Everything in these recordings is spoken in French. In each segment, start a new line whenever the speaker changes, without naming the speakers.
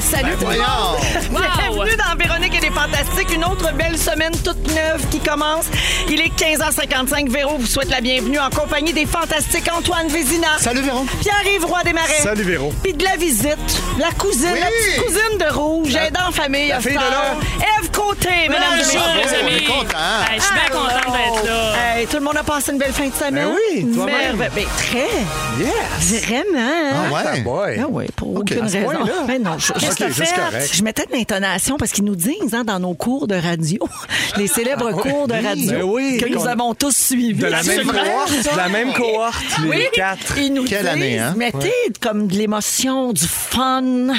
Salut tout le monde! Bienvenue dans Véronique et les Fantastiques, une autre belle semaine toute neuve qui commence. Il est 15h55. Véro vous souhaite la bienvenue en compagnie des Fantastiques Antoine Vézina.
Salut Véron.
Pierre-Yves Roy Desmarais.
Salut, Véro.
Puis de la visite, la cousine,
Oui.
la petite cousine de Rouge, aide en famille.
la fille de là.
Ève Côté, mesdames et
Ah, Bonjour,
messieurs.
bravo,
les
on
amis.
est content. hein?
Hey, je suis bien contente d'être là.
Hey, tout le monde a passé une belle fin de semaine.
Ben oui, toi-même.
Merveille- Ben, très.
Yes.
Vraiment.
Ah ouais.
Ah oui, pour aucune
à ce
raison.
point-là.
Ben non, je-
Ok,
je-
juste correct.
Je mettais de l'intonation parce qu'ils nous disent hein, dans nos cours de radio, les célèbres cours de
oui. Ben
radio
oui,
que nous
qu'on-
avons tous suivis.
De la
C'est
même
vrai,
cohorte, de la même cohorte, les
Ah Oui,
quatre.
ils nous
Quelle
disent,
année, hein?
mettez comme de l'émotion, du fun,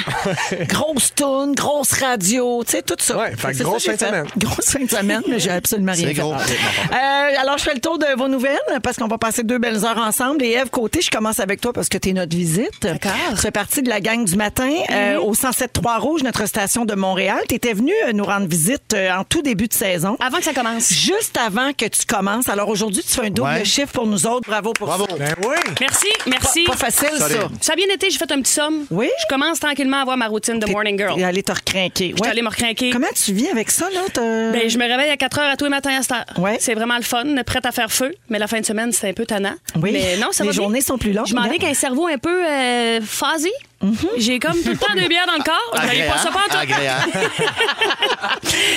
grosse toune, grosse radio, tu sais, tout ça.
Ouais, fait
Fait que
que
c'est
grosse
ça que j'ai
fin de
fait.
semaine.
Grosse fin de semaine, mais j'ai absolument rien
C'est
fait.
gros.
Euh, alors, je fais le tour de vos nouvelles parce qu'on va passer deux belles heures ensemble. Et Eve Côté, je commence avec toi parce que tu es notre visite. D'accord. Tu fais partie de la gang du matin euh, au 107.3 Rouge, notre station de Montréal. Tu étais venu nous rendre visite euh, en tout début de saison.
Avant que ça commence.
Juste avant que tu commences. Alors aujourd'hui, tu fais un double
Ouais.
chiffre pour nous autres. Bravo pour
Bravo.
ça.
Ben oui.
Merci,
Pas,
merci.
pas facile, ça.
Solide.
Ça a bien été, j'ai fait un petit somme.
Oui?
Je commence tranquillement à avoir ma routine de morning girl.
Et aller te recrinquer.
suis allée me recrinquer.
Comment tu vis avec ça, là? t'as-
Ben, je me réveille à 4 h à tous les matins à cette heure.
Ouais.
C'est vraiment le fun, prête à faire feu. Mais la fin de semaine, c'est un peu tannant.
Oui.
Mais non, ça
Les
va bien.
journées sont plus longues,
Je m'en
hein? Mm-hmm.
vais avec un cerveau un peu euh, phasé. J'ai comme tout le temps deux bières dans le corps. J'arrive pas ça pas en tout.
Agréable.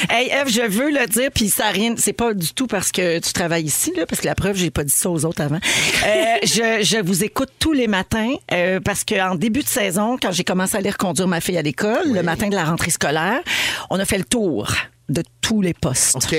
Hey, Eve, je veux le dire, puis ça a rien. C'est pas du tout parce que tu travailles ici, là, parce que la preuve, j'ai pas dit ça aux autres avant. Euh, je, je vous écoute tous les matins euh, parce qu'en début de saison, quand j'ai commencé à aller reconduire ma fille à l'école, le matin de la rentrée scolaire, on a fait le tour de tous les postes.
OK.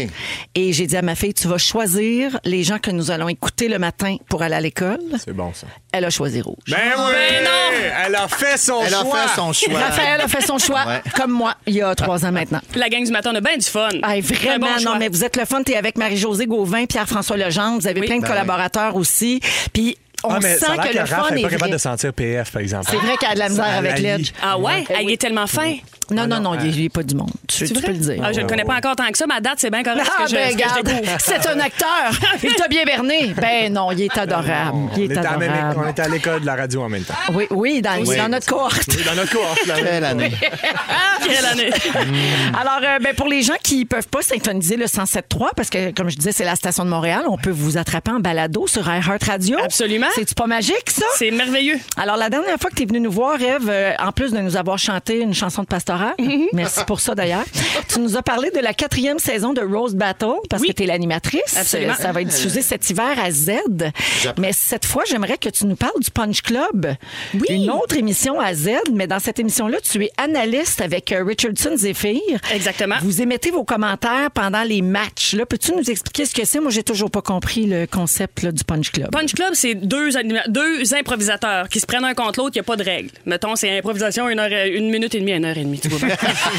Et j'ai dit à ma fille, tu vas choisir les gens que nous allons écouter le matin pour aller à l'école.
C'est bon, ça.
Elle a choisi rouge.
Ben oui. Elle a fait son
Elle a
choix.
fait son choix.
Raphaël a fait son choix,
Ouais.
comme moi, il y a trois ans maintenant.
La gang du matin, on a bien du fun.
Hey, Ah, vraiment,
Très bon
non,
choix.
mais vous êtes le fun. T'es avec Marie-Josée Gauvin, Pierre-François Legendre. Vous avez
Oui.
plein de
Ben
collaborateurs aussi. Puis on
Ah, mais
sent
ça a l'air
que le
Raph
fun
est
est
pas capable
vrai.
de sentir PF, par exemple.
C'est vrai qu'elle a de la misère
Ça
avec
la lie.
l'aide.
Ah ouais? Elle est tellement fin.
Non,
Ah,
non, non, il n'est pas du monde. Tu, tu peux le dire.
Ah, je le connais pas encore tant que ça. Ma date, c'est bien correct. ce
Ah,
que je-
ben,
ce que je
regarde,
découvre.
c'est un acteur. Il t'a bien berné. Ben non, il est adorable. Il
On
est
était à la même é- on
adorable.
était à l'école de la radio en même temps.
Oui, oui, dans,
Oui.
dans notre cohorte.
Dans notre cohorte, là.
Quelle année.
Quelle année.
Alors, euh, ben, pour les gens qui peuvent pas synchroniser le 107.3, parce que, comme je disais, c'est la station de Montréal, on peut vous attraper en balado sur iHeartRadio. Radio.
Absolument.
C'est-tu pas magique, ça?
C'est merveilleux.
Alors, la dernière fois que tu es venu nous voir, Eve, euh, en plus de nous avoir chanté une chanson de pastoral,
Mhm.
merci pour ça d'ailleurs, tu nous as parlé de la quatrième saison de Rose Battle parce
Oui.
que tu es l'animatrice.
Absolument.
Ça va être diffusé cet hiver à Z. Mais cette fois, j'aimerais que tu nous parles du Punch Club. Une autre émission à Z, mais dans cette émission-là, tu es analyste avec euh, Richardson Zephyr.
Exactement.
Vous émettez vos commentaires pendant les matchs. Là, Peux-tu nous expliquer ce que c'est? Moi, j'ai toujours pas compris le concept là, du Punch Club.
Punch Club, c'est deux, anima- deux improvisateurs qui se prennent un contre l'autre, il n'y a pas de règle. Mettons, c'est improvisation, une, heure, une minute et demie, une heure et demie, tu vois bien.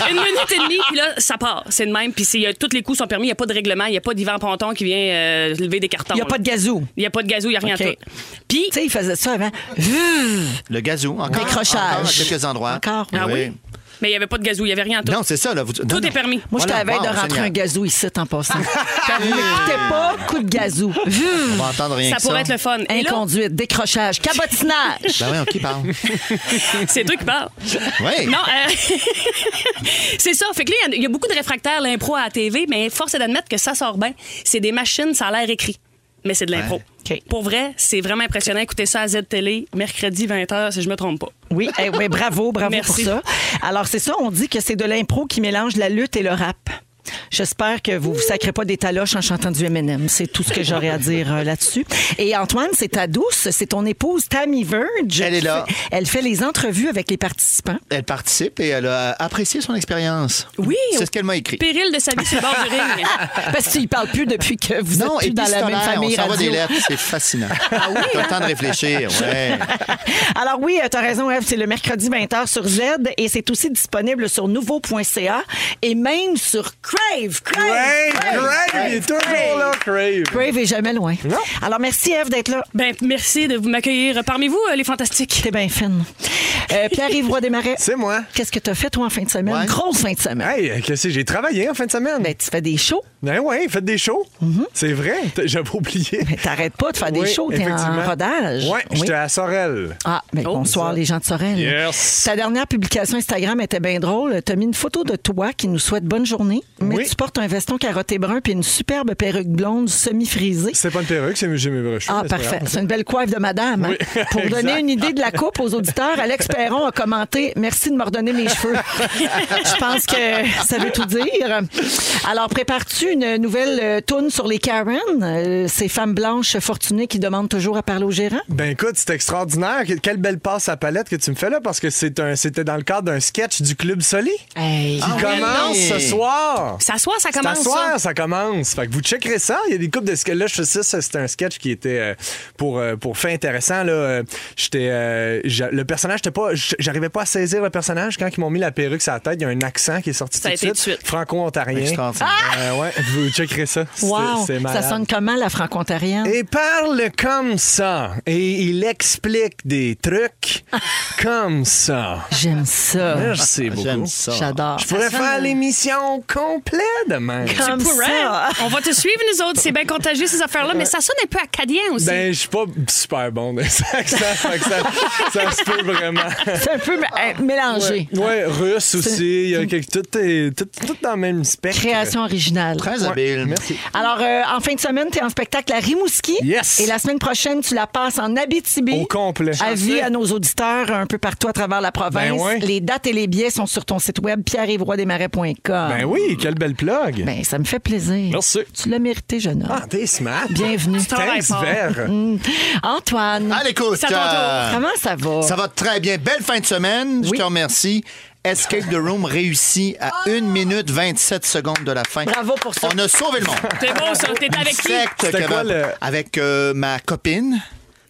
une minute et demie, puis là, ça part. C'est de même, puis c'est- y a- tous les coups sont permis, il n'y a pas de règlement, il n'y a pas d'Yvan Ponton qui vient euh, lever des cartons.
Il n'y a pas de gazou.
Il n'y a pas de gazou, il n'y a rien
OK.
à tout. Puis,
Tu sais, il faisait ça avant. Vuh!
Le gazou, encore.
Décrochage.
Encore à quelques endroits.
Encore.
ah oui, mais il n'y avait pas de gazou, il n'y avait rien à tout.
Non, c'est ça. Là, vous- non,
Tout
non.
est permis.
Moi, j'étais à la
Voilà.
veille
Wow,
de rentrer
Seigneur.
un gazou ici, en passant. Quand vous m'écoutez pas, coup de gazou. Vuh!
On va entendre rien
ça
que
pourrait être le fun. Et là,
Inconduite, décrochage, cabotinage.
Ben oui, on qui parle.
c'est toi qui parles.
Oui.
Non, euh, c'est ça. Fait que là, il y a- il y, a beaucoup de réfractaires à l'impro à la TV, mais force est d'admettre que ça sort bien. C'est des machines, ça a l'air écrit. Mais c'est de l'impro.
Ouais. OK.
Pour vrai, c'est vraiment impressionnant. Écoutez ça à Z-Télé, mercredi 20h, si je me trompe pas.
Oui, eh oui, bravo, bravo
Merci.
pour ça. Alors, c'est ça, on dit que c'est de l'impro qui mélange la lutte et le rap. J'espère que vous vous sacrez pas des taloches en chantant du M&M. C'est tout ce que j'aurais à dire euh, là-dessus. Et Antoine, c'est ta douce, c'est ton épouse Tammy Verge.
Elle est
qui
là.
fait- elle fait les entrevues avec les participants.
Elle participe et elle a apprécié son expérience.
Oui.
C'est ce qu'elle m'a écrit.
Péril de sa vie sur le bord du ring.
Parce qu'ils parlent plus depuis que vous
Non,
êtes plus
et
dans la même
on
famille
s'envoie des
radio.
lettres, c'est fascinant. Ah oui,
hein?
T'as le temps de réfléchir, ouais.
Alors oui, tu as raison, Eve, c'est le mercredi 20h sur Z et c'est aussi disponible sur nouveau.ca et même sur Crave. Crave!
Crave, Crave, il est toujours là, Crave.
Crave est jamais loin.
Non.
Alors merci Eve d'être là.
Ben, merci de vous m'accueillir parmi vous, euh, les fantastiques.
T'es bien fine. Euh, Pierre-Yves Roy Desmarais.
C'est moi.
Qu'est-ce que t'as fait toi en fin de semaine?
Ouais.
Grosse fin de semaine.
Hey, euh, qu'est-ce que j'ai travaillé en fin de semaine?
Ben, tu fais des shows.
Ben ouais, faites des shows. C'est vrai, t- j'avais oublié.
Ben, T'arrêtes pas de faire des
Oui,
shows. T'es
effectivement.
en rodage.
Ouais,
Oui.
j'étais à Sorel.
Ah, ben, bonsoir les gens de Sorel.
Oh, Yes.
Ta dernière publication Instagram était bien drôle. T'as mis une photo de toi qui nous souhaite bonne journée, mais
Oui.
tu portes un veston carotté brun puis une superbe perruque blonde semi-frisée.
C'est pas une perruque, c'est j'ai mes vrais cheveux.
Ah,
mais c'est pas
parfait.
grave.
C'est une belle coiffe de madame. hein.
Oui,
Pour
exact.
donner une idée de la coupe aux auditeurs, Alex Perron a commenté Merci de me redonner mes cheveux. Je pense que ça veut tout dire. Alors, prépares-tu une nouvelle euh, toune sur les Karen, euh, ces femmes blanches fortunées qui demandent toujours à parler au gérant?
Ben écoute, c'est extraordinaire. Que- Quelle belle passe à palette que tu me fais là parce que c'est un- c'était dans le cadre d'un sketch du Club Soli.
Hey.
qui commence
oui.
ce soir.
Ça soir, Ah ça
C'est à
commence.
soir,
ça.
ça commence. Fait que vous checkerez ça. Il y a des coupes de sketch. Là, je sais, ça, c'était un sketch qui était euh, pour, euh, pour fait intéressant. Là, Euh, j'étais, euh, j'a- le personnage, j'étais pas, j- j'arrivais pas à saisir le personnage quand ils m'ont mis la perruque sur la tête. Il y a un accent qui est sorti
Ça a
tout de
été
suite.
de suite.
Franco-ontarien.
Extraordinaire.
Euh, ouais, vous checkerez ça. C'est-
Wow.
c'est
ça
malade.
sonne comment, la franco-ontarienne?
Et parle comme ça. Et il explique des trucs comme ça.
J'aime Ah, ça.
Merci beaucoup.
J'aime ça.
J'adore.
Je pourrais faire l'émission complète demain.
Comme
Pour
ça.
hein?
elle, On va te suivre, nous autres. C'est bien contagieux, ces affaires-là, mais ça sonne un peu acadien aussi.
Ben, je suis pas super bon dans les accents, fait que ça, ça se peut vraiment.
C'est un peu euh, mélangé.
Ouais, russe aussi, il y a quelque, tout, est, tout, tout dans le même spectre.
Création originale.
Très habile.
Merci.
Alors, euh, en fin de semaine, tu es en spectacle à Rimouski.
Yes.
Et la semaine prochaine, tu la passes en Abitibi.
Au complet.
Avis à nos auditeurs un peu partout à travers la province.
Ben ouais.
Les dates et les billets sont sur ton site web pierre-yvroidesmarais.com.
Ben oui, quelle belle plug.
Ben, ça me fait plaisir.
Merci.
Tu l'as mérité, jeune homme.
Ah, t'es smart.
Bienvenue.
travailles fort.
verre. Ah.
Antoine,
À l'écoute.
C'est à ton
euh,
comment ça va?
Ça va très bien. Belle fin de semaine. Je te remercie. Escape the Room réussit à 1 minute 27 secondes de la fin.
Bravo pour ça.
On a sauvé le monde.
C'est beau, ça. T'es avec qui?
Secte
C'était
qu'il y avait-
quoi le-
Avec euh, ma copine.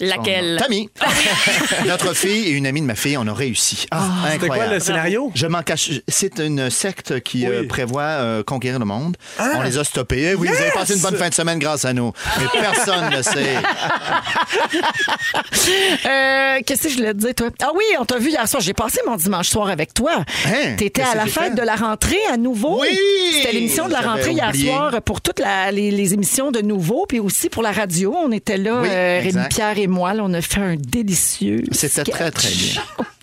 Laquelle?
Tammy. Notre fille et une amie de ma fille, on a réussi. Ah,
C'était
incroyable.
quoi le scénario?
Je m'en cache. C'est une secte qui euh, prévoit euh, conquérir le monde.
Ah!
On les a stoppés. Eh oui, vous avez passé une bonne fin de semaine grâce à nous. Mais personne ne sait.
Euh, Qu'est-ce que je voulais te dire, toi? Ah oui, on t'a vu hier soir. J'ai passé mon dimanche soir avec toi.
Hein?
T'étais
Qu'est-ce
à la
que j'ai
fête
fait?
de la rentrée à nouveau.
Oui!
C'était l'émission de la
J'avais
rentrée hier
oublié.
soir pour toutes la- les, les émissions de nouveau, puis aussi pour la radio. On était là,
Oui,
euh,
exact.
Rémi Pierre et moi. là, on a fait un délicieux.
C'était
sketch. Ah,
très, très bien.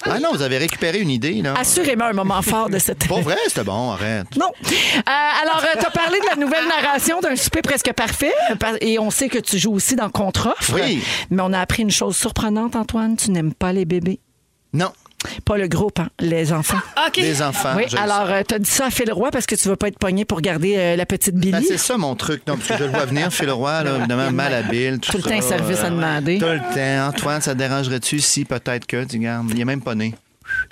Ah non, vous avez récupéré une idée, là.
Assurément un moment fort de cette.
Pas vrai, c'était bon, arrête.
Non. Euh, alors, tu as parlé de la nouvelle narration d'un souper presque parfait. par- Et on sait que tu joues aussi dans Contre-offre.
Oui.
Mais on a appris une chose surprenante, Antoine. Tu n'aimes pas les bébés.
Non,
Pas le groupe, hein, les enfants.
OK.
les enfants.
oui,
Ah, je le
alors, euh, t'as dit ça à Phil Roy parce que tu veux pas être pogné pour garder euh, la petite
sais. Ben,
Billy.
c'est ça mon truc, non, parce que je le vois venir, Phil Roy, là, évidemment, malhabile. Tout,
Tout le
ça,
temps, un service à demander.
Tout le temps. Antoine, ça te dérangerait-tu si peut-être que, tu gardes, il est même pas né.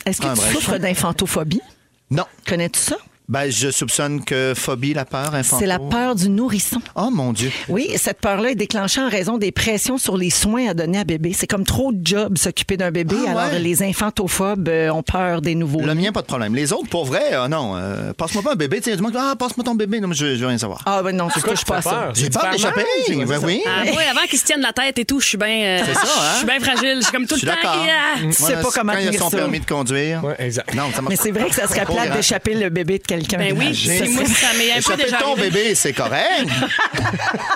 Est-ce que
Ah,
tu
bref.
souffres d'infantophobie?
Non.
Connais-tu ça?
Ben, je soupçonne que phobie, la peur, infantile.
C'est la peur du nourrisson.
Oh mon Dieu.
Oui, cette peur-là est déclenchée en raison des pressions sur les soins à donner à bébé. C'est comme trop de jobs s'occuper d'un bébé.
Ah,
alors,
ouais.
les infantophobes euh, ont peur des nouveaux.
Le mien, pas de problème. Les autres, pour vrai, euh, non. euh, passe-moi pas un bébé. Tu sais, il y a du monde qui dit, Ah, passe-moi ton bébé. Non, mais je, je veux rien savoir.
Ah, ben non, je touche pas à ça.
J'ai peur d'échapper. Ben oui.
Ah, moi, avant qu'ils se tiennent la tête et tout, je suis bien. euh,
C'est ça, hein?
Je suis bien fragile. Je suis comme tout
Je
le
suis
temps.
d'accord. Mm.
Yeah.
Tu sais
Moi,
pas comment
Quand il a
tenir
son
ça.
permis de conduire.
Ouais, exact.
Non, ça marche
Mais c'est vrai que ça serait
Trop
plate
grand.
d'échapper le bébé de quelqu'un.
Ben oui,
Imagine.
c'est moi, ça m'est un peu
Échapper
déjà
ton
arrivé.
bébé, c'est correct.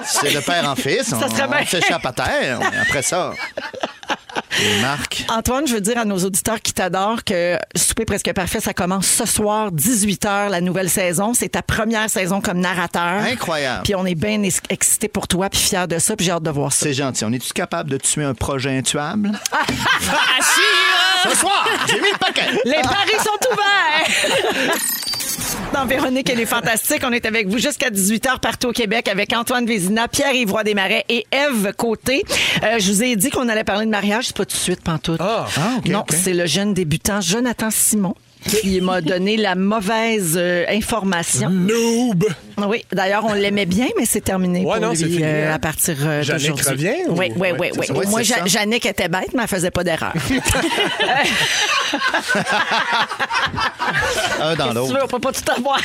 c'est de père en fils. On,
Ça serait bien.
on s'échappe à terre. Après ça, les marques.
Antoine, je veux dire à nos auditeurs qui t'adorent que Souper presque parfait, ça commence ce soir, 18h, la nouvelle saison. C'est ta première saison comme narrateur.
Incroyable.
Puis on est bien ex- excités pour toi, puis fiers de ça, puis j'ai hâte de voir ça.
C'est gentil. On est-tu capable de tuer un projet intuable?
Ah, si, là.
Ce soir, j'ai mis le paquet.
Les paris sont ouverts! dans Véronique et les Fantastiques. On est avec vous jusqu'à 18h partout au Québec avec Antoine Vézina, Pierre-Yves Roy Desmarais et Eve Côté. Euh, je vous ai dit qu'on allait parler de mariage. C'est pas tout de suite, pantoute.
Ah,
ah, ok,
non,
ok.
c'est le jeune débutant Jonathan Simon. qui m'a donné la mauvaise euh, information.
Mm-hmm. Noob!
Oui, d'ailleurs, on l'aimait bien, mais c'est terminé
Ouais,
pour
non,
lui,
c'est fini,
euh,
hein.
à partir euh,
Jannick
d'aujourd'hui.
revient, ou-
Oui, oui,
Ouais,
oui.
c'est
oui.
ça. Ouais,
Moi,
c'est
Ja-
ça.
Jannick était bête, mais elle faisait pas d'erreur.
Un dans
Qu'est-ce que tu
l'autre.
veux, on peut pas tout avoir.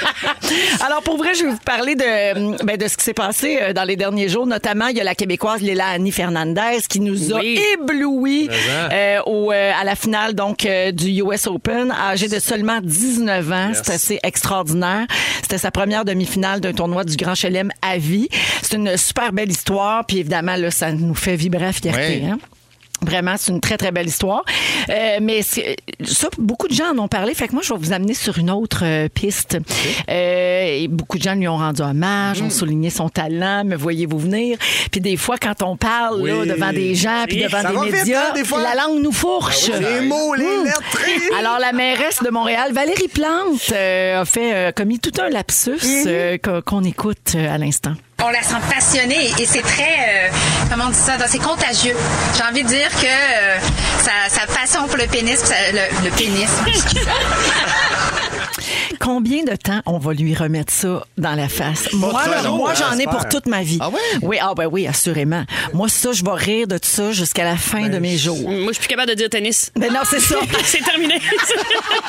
Alors, pour vrai, je vais vous parler de, ben, de ce qui s'est passé euh, dans les derniers jours. Notamment, il y a la Québécoise Léla Annie Fernandez qui nous a
Oui.
éblouis
hein?
Mais-en.
euh, au, euh, à la finale donc euh, du US Open, âgée de seulement 19 ans.
Yes.
C'est assez extraordinaire. C'était sa première demi-finale d'un tournoi du Grand Chelem à vie. C'est une super belle histoire. Puis évidemment, là, ça nous fait vibrer à fierté.
Oui.
hein. Vraiment, c'est une très, très belle histoire. Euh, mais c'est- ça, beaucoup de gens en ont parlé. Fait que moi, je vais vous amener sur une autre euh, piste. Euh, et beaucoup de gens lui ont rendu hommage,
Mm.
ont souligné son talent, me voyez-vous venir. Puis des fois, quand on parle là,
Oui.
devant des gens, puis
Oui,
devant
ça
des
va vite,
médias,
hein, des fois.
la langue nous fourche.
Les mots, les
Mm.
lettres!
Alors, la mairesse de Montréal, Valérie Plante, euh, a fait, euh, commis tout un lapsus
Mm-hmm.
euh, qu'on- qu'on écoute euh, à l'instant.
On la sent passionnée et c'est très, euh, comment on dit ça, c'est contagieux. J'ai envie de dire que euh, sa, sa passion pour le pénis, puis sa- le, le pénis,
Combien de temps on va lui remettre ça dans la face? Moi,
très
là,
long,
moi
hein,
j'en ai pour
j'espère.
toute ma vie.
Ah ouais?
Oui, ah ben oui, assurément. Moi, ça, je vais rire de tout ça jusqu'à la fin de mes jours.
Moi, je suis plus capable de dire tennis.
Mais non, c'est ça.
C'est terminé.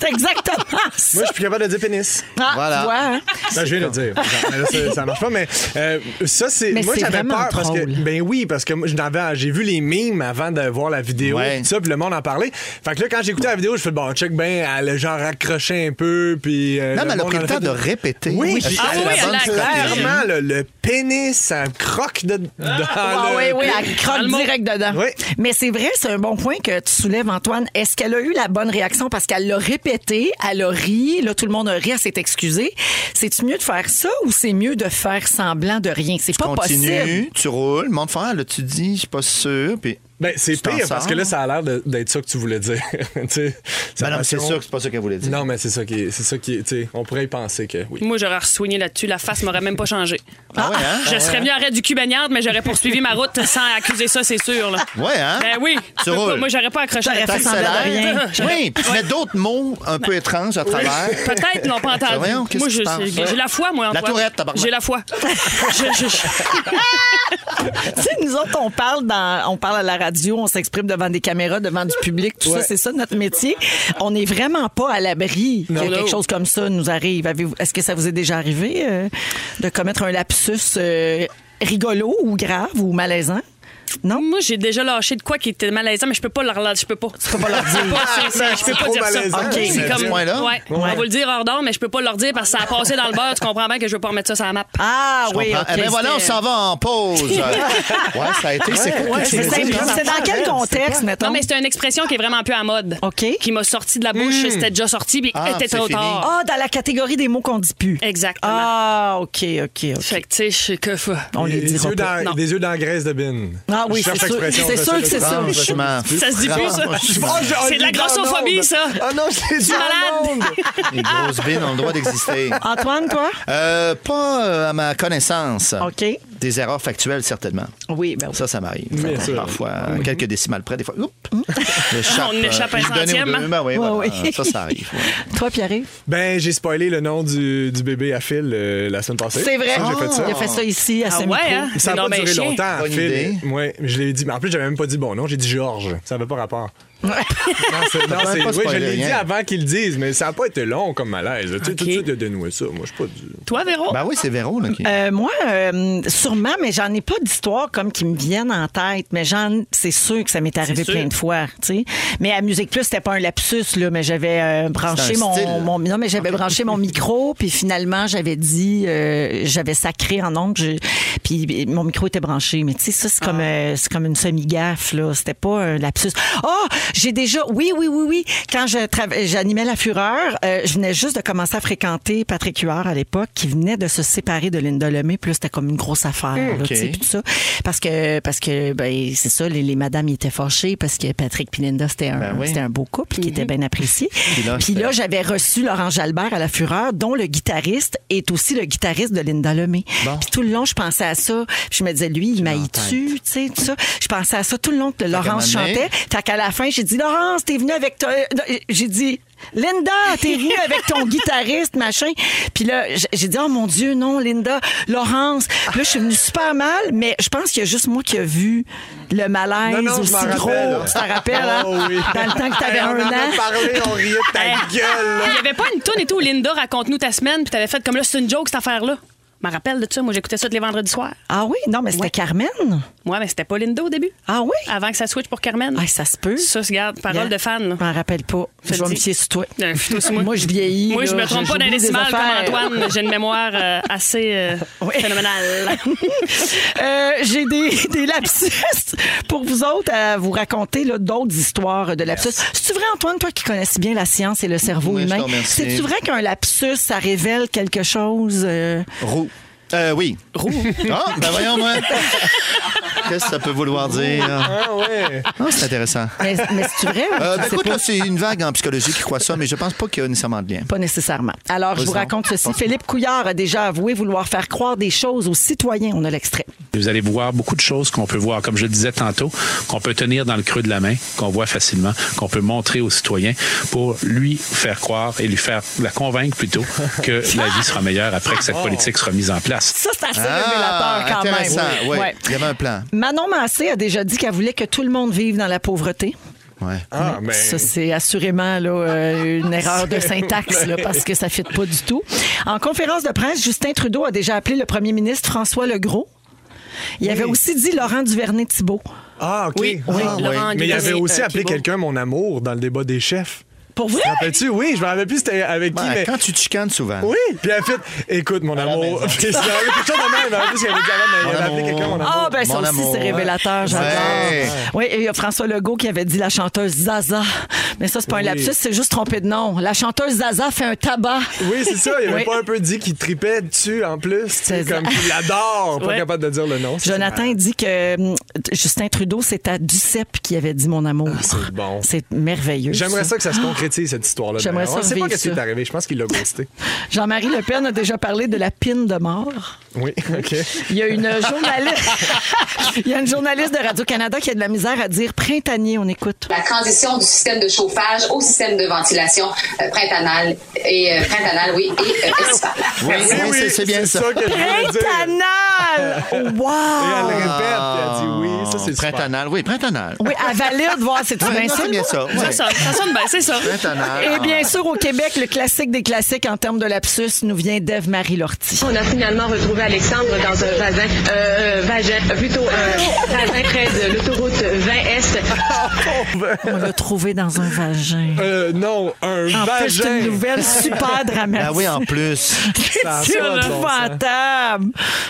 C'est exactement ça.
Moi, je suis plus capable de dire pénis.
Ah,
Voilà.
tu vois, hein?
Ben, je viens de le dire. Genre, là, ça, ça marche pas, mais euh, ça, c'est.
Mais
Moi,
c'est
j'avais
vraiment
peur parce que.
drôle.
Ben oui, parce que moi, j'en avais- j'ai vu les mimes avant de voir la vidéo.
Ouais.
pis Ça, puis le monde en parlait. Fait que là, quand j'écoutais la vidéo, je fais bon, check ben, elle a genre accroché un peu, puis. euh,
Non, mais elle a
monde
pris
en
le
fait
temps de répéter.
Oui,
Est-ce
puis-
que
Ah
c'est
oui,
la
elle
bonne
a
stratégie?
Clairement, le, le pénis, ça croque de, dans
Ah
le-
oui, oui, elle croque
Allemand.
direct dedans.
Oui.
Mais c'est vrai, c'est un bon point que tu soulèves, Antoine. Est-ce qu'elle a eu la bonne réaction parce qu'elle l'a répété, elle a ri, là, tout le monde a ri, elle s'est excusée. C'est-tu mieux de faire ça ou c'est mieux de faire semblant de rien? C'est pas possible.
Continue, tu roules, monte faire, là, tu dis, je suis pas sûr, puis.
Ben, c'est
Tu t'en
pire parce
sors.
que là, ça a l'air de- d'être ça que tu voulais dire. Tu sais, sa
Ben non, mais c'est
passion.
sûr que c'est pas ça qu'elle voulait dire.
Non, mais c'est ça qui est. C'est ça qui est. tu sais, On pourrait y penser que oui.
Moi, j'aurais ressoigné là-dessus. La face m'aurait même pas changé.
Ah ouais, hein?
Je serais venu arrêt du cul bagnarde, mais j'aurais poursuivi ma route sans accuser ça, c'est sûr. là.
Ouais, hein?
Ben oui.
Tu
Je peux pas-
roules.
Moi, j'aurais pas accroché la
J'aurais fait
tête.
semblant de rien.
Oui, puis tu mets d'autres mots un peu étranges à travers.
Peut-être n'ont pas entendu.
Voyons, qu'est-ce
moi,
que
je-
tu penses?
j'ai j'ai la foi, moi,
La
Antoine.
tourette, tabarnak.
J'ai la foi. Je- je- je-
tu sais, nous autres, on parle, dans, on parle à la radio, on s'exprime devant des caméras, devant du public, tout
Ouais.
ça, c'est ça notre métier. On n'est vraiment pas à l'abri que
Non,
quelque
non.
chose comme ça nous arrive. Avez-vous- Est-ce que ça vous est déjà arrivé euh, de commettre un lapsus euh, rigolo ou grave ou malaisant? Non?
Moi, j'ai déjà lâché de quoi qui était malaisant, mais je peux pas le relâcher. Je peux pas. Tu peux pas leur dire. Je peux
c'est
pas
trop
dire
malaisant.
ça.
Ok,
C'est
mais à ce point-là?
Ouais. On va le dire hors d'or, mais je peux pas leur dire parce que ça a passé dans le beurre. Tu comprends bien que je veux pas remettre ça sur la map.
Ah
Je
oui,
comprends.
ok,
eh ben voilà, on
c'était-
s'en va en pause. ouais, ça a été, c'est quoi?
Ouais,
que tu
c'est
veux dire?
simple. C'est dans quel contexte, mettons?
Non, mais c'est une expression qui est vraiment un peu à mode.
OK.
Qui m'a sorti de la bouche, c'était déjà sorti, puis
Ah,
était
c'est
trop
fini.
tard.
Ah, dans la catégorie des mots qu'on dit plus.
Exactement.
Ah, OK, OK, OK.
Fait que, tu sais, je sais que. Ça
On les
des,
dira
yeux
pas.
Non.
dans, des yeux dans la graisse de bine.
Ah oui,
Je cherche
c'est sûr.
l'expression,
C'est
je
sûr que c'est
sais
ça.
pas.
Franchement.
se dit plus, ça.
Oh, j'ai- oh,
C'est de la
j'ai dit en
grossophobie,
onde.
ça.
Ah non, c'est du
malade.
Les grosses bines ont le droit d'exister.
Antoine, toi?
Euh, pas euh, à ma connaissance.
OK.
Des erreurs factuelles, certainement.
Oui, ben oui.
Ça, ça m'arrive. Fait qu'on est
sûr.
Parfois, à quelques décimales près, des fois, oups, j'échappe,
On échappe à un
une donnée ou
centième.
deux. Ben oui, voilà,
Ouais, oui.
Ça, ça arrive. ouais.
Toi, Pierre?
Ben, j'ai spoilé le nom du, du bébé à Phil euh, la semaine passée.
C'est vrai.
Ça, J'ai fait ça.
Il a fait ça ici, à
Ah
ce
ouais,
micro.
hein?
Ça
C'est
n'a pas
donc bien
duré
chien.
longtemps.
Bonne
Phil.
idée.
Ouais, je l'ai dit. Mais en plus, j'avais même pas dit bon nom. J'ai dit Georges. Ça n'avait pas rapport. non, c'est, non,
même
c'est-
pas
oui, je
spoilé
l'ai dit
rien.
avant qu'ils le disent, mais ça n'a pas été long comme malaise. Tu sais, tout de suite, il a dénoué ça. Moi, je suis pas du.
Toi, Véro?
Ben oui, c'est Véro. Là, qui...
Euh, moi, euh, sûrement, mais j'en ai pas d'histoire comme qui me viennent en tête. Mais j'en, c'est sûr que ça m'est arrivé
sûr.
plein de fois, tu sais. Mais à Musique Plus, c'était pas un lapsus là, mais j'avais euh, branché
C'est un style.
mon, mon- non, mais j'avais branché mon micro, puis finalement j'avais dit, euh, j'avais sacré en ondes, je- puis mon micro était branché. Mais tu sais, ça c'est comme, euh, c'est comme une semi gaffe là. C'était pas un lapsus. Ah, J'ai déjà, oui, oui, oui, oui. Quand je trava- j'animais La Fureur, euh, je venais juste de commencer à fréquenter Patrick Huard à l'époque, qui venait de se séparer de Linda Lemay. Plus c'était comme une grosse affaire, là,
OK.
tu sais, puis tout ça. Parce que, parce que, ben, c'est ça, les, les madames ils étaient fâchées parce que Patrick et Linda, c'était un,
Ben oui.
c'était un beau couple qui était bien apprécié.
là,
Puis là,
c'était-
j'avais reçu Laurent Jalbert à La Fureur, dont le guitariste est aussi le guitariste de Linda Lemay.
Bon.
Puis tout le long, je pensais à ça. Puis je me disais, lui, il maillit-tu, tu sais, tout ça. Je pensais à ça tout le long que Laurence
qu'à un moment donné-
chantait. Fait qu'à la fin, j'ai dit, Laurence, t'es venue avec toi. euh, J'ai dit, Linda, t'es venue avec ton guitariste, machin. Puis là, j- j'ai dit, oh mon Dieu, non, Linda, Laurence. Puis là, je suis venue super mal, mais je pense qu'il y a juste moi qui a vu le malaise
Non, non, je
aussi
m'en rappelle,
gros.
là.
Tu t'en rappelles, hein?
Oh oui.
Dans le temps que t'avais
Hey, on
un
en
an.
a parlé, on riait de ta gueule. là.
Il y avait pas une toune et tout, Linda, raconte-nous ta semaine, puis t'avais fait comme là, c'est une joke cette affaire-là. Je me rappelle de ça, moi j'écoutais ça tous les vendredis soirs.
Ah oui, non, mais c'était Carmen.
Moi, mais c'était pas Linda au début.
Ah oui?
Avant que ça switch pour Carmen.
Ah, ça se peut.
Ça, c'est, regarde, parole
Yeah.
de fan. là.
Je m'en rappelle pas.
Je
Je
te
vais me
dis.
fier sur toi.
Euh, fous-toi sur moi.
Moi, je vieillis.
Moi, je
là.
me trompe pas dans
j'oublie
les
des
décimales comme
affaires.
Antoine. J'ai une mémoire euh, assez euh,
Oui.
phénoménale.
Euh, J'ai des, des lapsus pour vous autres à vous raconter là, d'autres histoires de lapsus. C'est-tu vrai, Antoine, toi qui connais si bien la science et le cerveau
Oui, je te
humain?
remercie.
C'est-tu vrai qu'un lapsus, ça révèle quelque chose? euh,
Roux. Euh, oui. Roux. Ah, ben voyons, moi. Qu'est-ce que ça peut vouloir dire?
Ah ouais.
Ah, c'est intéressant.
Mais, mais c'est-tu vrai?
Euh,
Je
ben
sais
écoute,
pas.
là, c'est une vague en psychologie qui croit ça, mais je pense pas qu'il y a nécessairement de lien.
Pas nécessairement. Alors, je vous
Vas-y.
raconte ceci. Philippe Couillard a déjà avoué vouloir faire croire des choses aux citoyens. On a l'extrait.
Vous allez voir beaucoup de choses qu'on peut voir, comme je le disais tantôt, qu'on peut tenir dans le creux de la main, qu'on voit facilement, qu'on peut montrer aux citoyens pour lui faire croire et lui faire la convaincre plutôt que la vie sera meilleure après que cette politique sera mise en place.
Ça, c'est assez
Ah,
révélateur quand
intéressant.
même.
Oui.
Ouais.
Il y avait un plan.
Manon Massé a déjà dit qu'elle voulait que tout le monde vive dans la pauvreté.
Ouais.
Ah, mais.
Ça, c'est assurément là, euh, une erreur de syntaxe là, parce que ça ne fit pas du tout. En conférence de presse, Justin Trudeau a déjà appelé le premier ministre François Legros. Il
Eh.
avait aussi dit Laurent Duvernay-Thibault.
Ah, OK.
Oui, oui,
Ah,
Laurent
ouais. Mais il y avait
Duvernay,
aussi
euh,
appelé
Thibault.
quelqu'un mon amour dans le débat des chefs.
Pour vous?
Rappelles-tu? Oui, je me rappelle plus c'était avec qui,
Ouais,
mais.
Ben, Quand tu te chicanes souvent.
Oui, puis elle a fait écoute mon
la
amour.
maison.
Puis c'est arrivé quelque chose de même, elle avait dit qu'il y avait dit avant, mais
Mon
il avait appelé
amour.
quelqu'un mon amour.
Ah, ben ça
Mon
aussi,
amour.
c'est révélateur, j'adore.
Ouais.
Oui, et il y a François Legault qui avait dit la chanteuse Zaza. Mais ça, c'est pas un
Oui.
lapsus, c'est juste trompé de nom. La chanteuse Zaza fait un tabac.
Oui, c'est ça. Il avait
ben- Oui.
pas un peu dit qu'il tripait dessus en plus. C'est
C'est
comme
ça.
qu'il l'adore. Pas
Ouais.
capable de dire le nom. c'est
Jonathan dit que hum, Justin Trudeau, c'est à Duceppe qui avait dit mon amour.
Ah, c'est bon.
C'est merveilleux.
J'aimerais ça que ça se concrétise, cette histoire-là.
J'aimerais
d'ailleurs.
ça
On sait pas
revivre
ce qui est
ça.
arrivé. Je pense qu'il l'a ghosté.
Jean-Marie Le Pen a déjà parlé de la pine de mort.
Oui, OK.
Il y a une journaliste, il y a une journaliste de Radio-Canada qui a de la misère à dire printanier, on écoute.
la transition du système de chauffage au système de ventilation euh, printannale et euh, printannale, oui, et euh,
Ah!
estivale.
Oui, oui,
Oui,
c'est- c'est bien ça.
que je voulais dire. Et
Printanal!
elle
Wow!
répète, puis elle dit oui, ça c'est super.
Printanal, Ah, oui, Ah, printanal.
Oui, à valide, voir, c'est une
Ouais, non, c'est
insulte.
bien ça. ouais.
euh, Ça, ça, ça sonne bien, c'est ça.
Printanal.
Et Eh bien sûr, au Québec, le classique des classiques en termes de lapsus nous vient d'Ève-Marie Lortie.
On a finalement retrouvé Alexandre dans un vagin, euh, euh, vagin, euh, plutôt euh, vagin près de l'autoroute 20S.
On l'a trouvé dans un vagin.
Euh, non, un
En plus, c'est une
vagin.
nouvelle super dramatique.
Ah oui, en plus.
Ça a
C'est
pas de bon
épouvantable!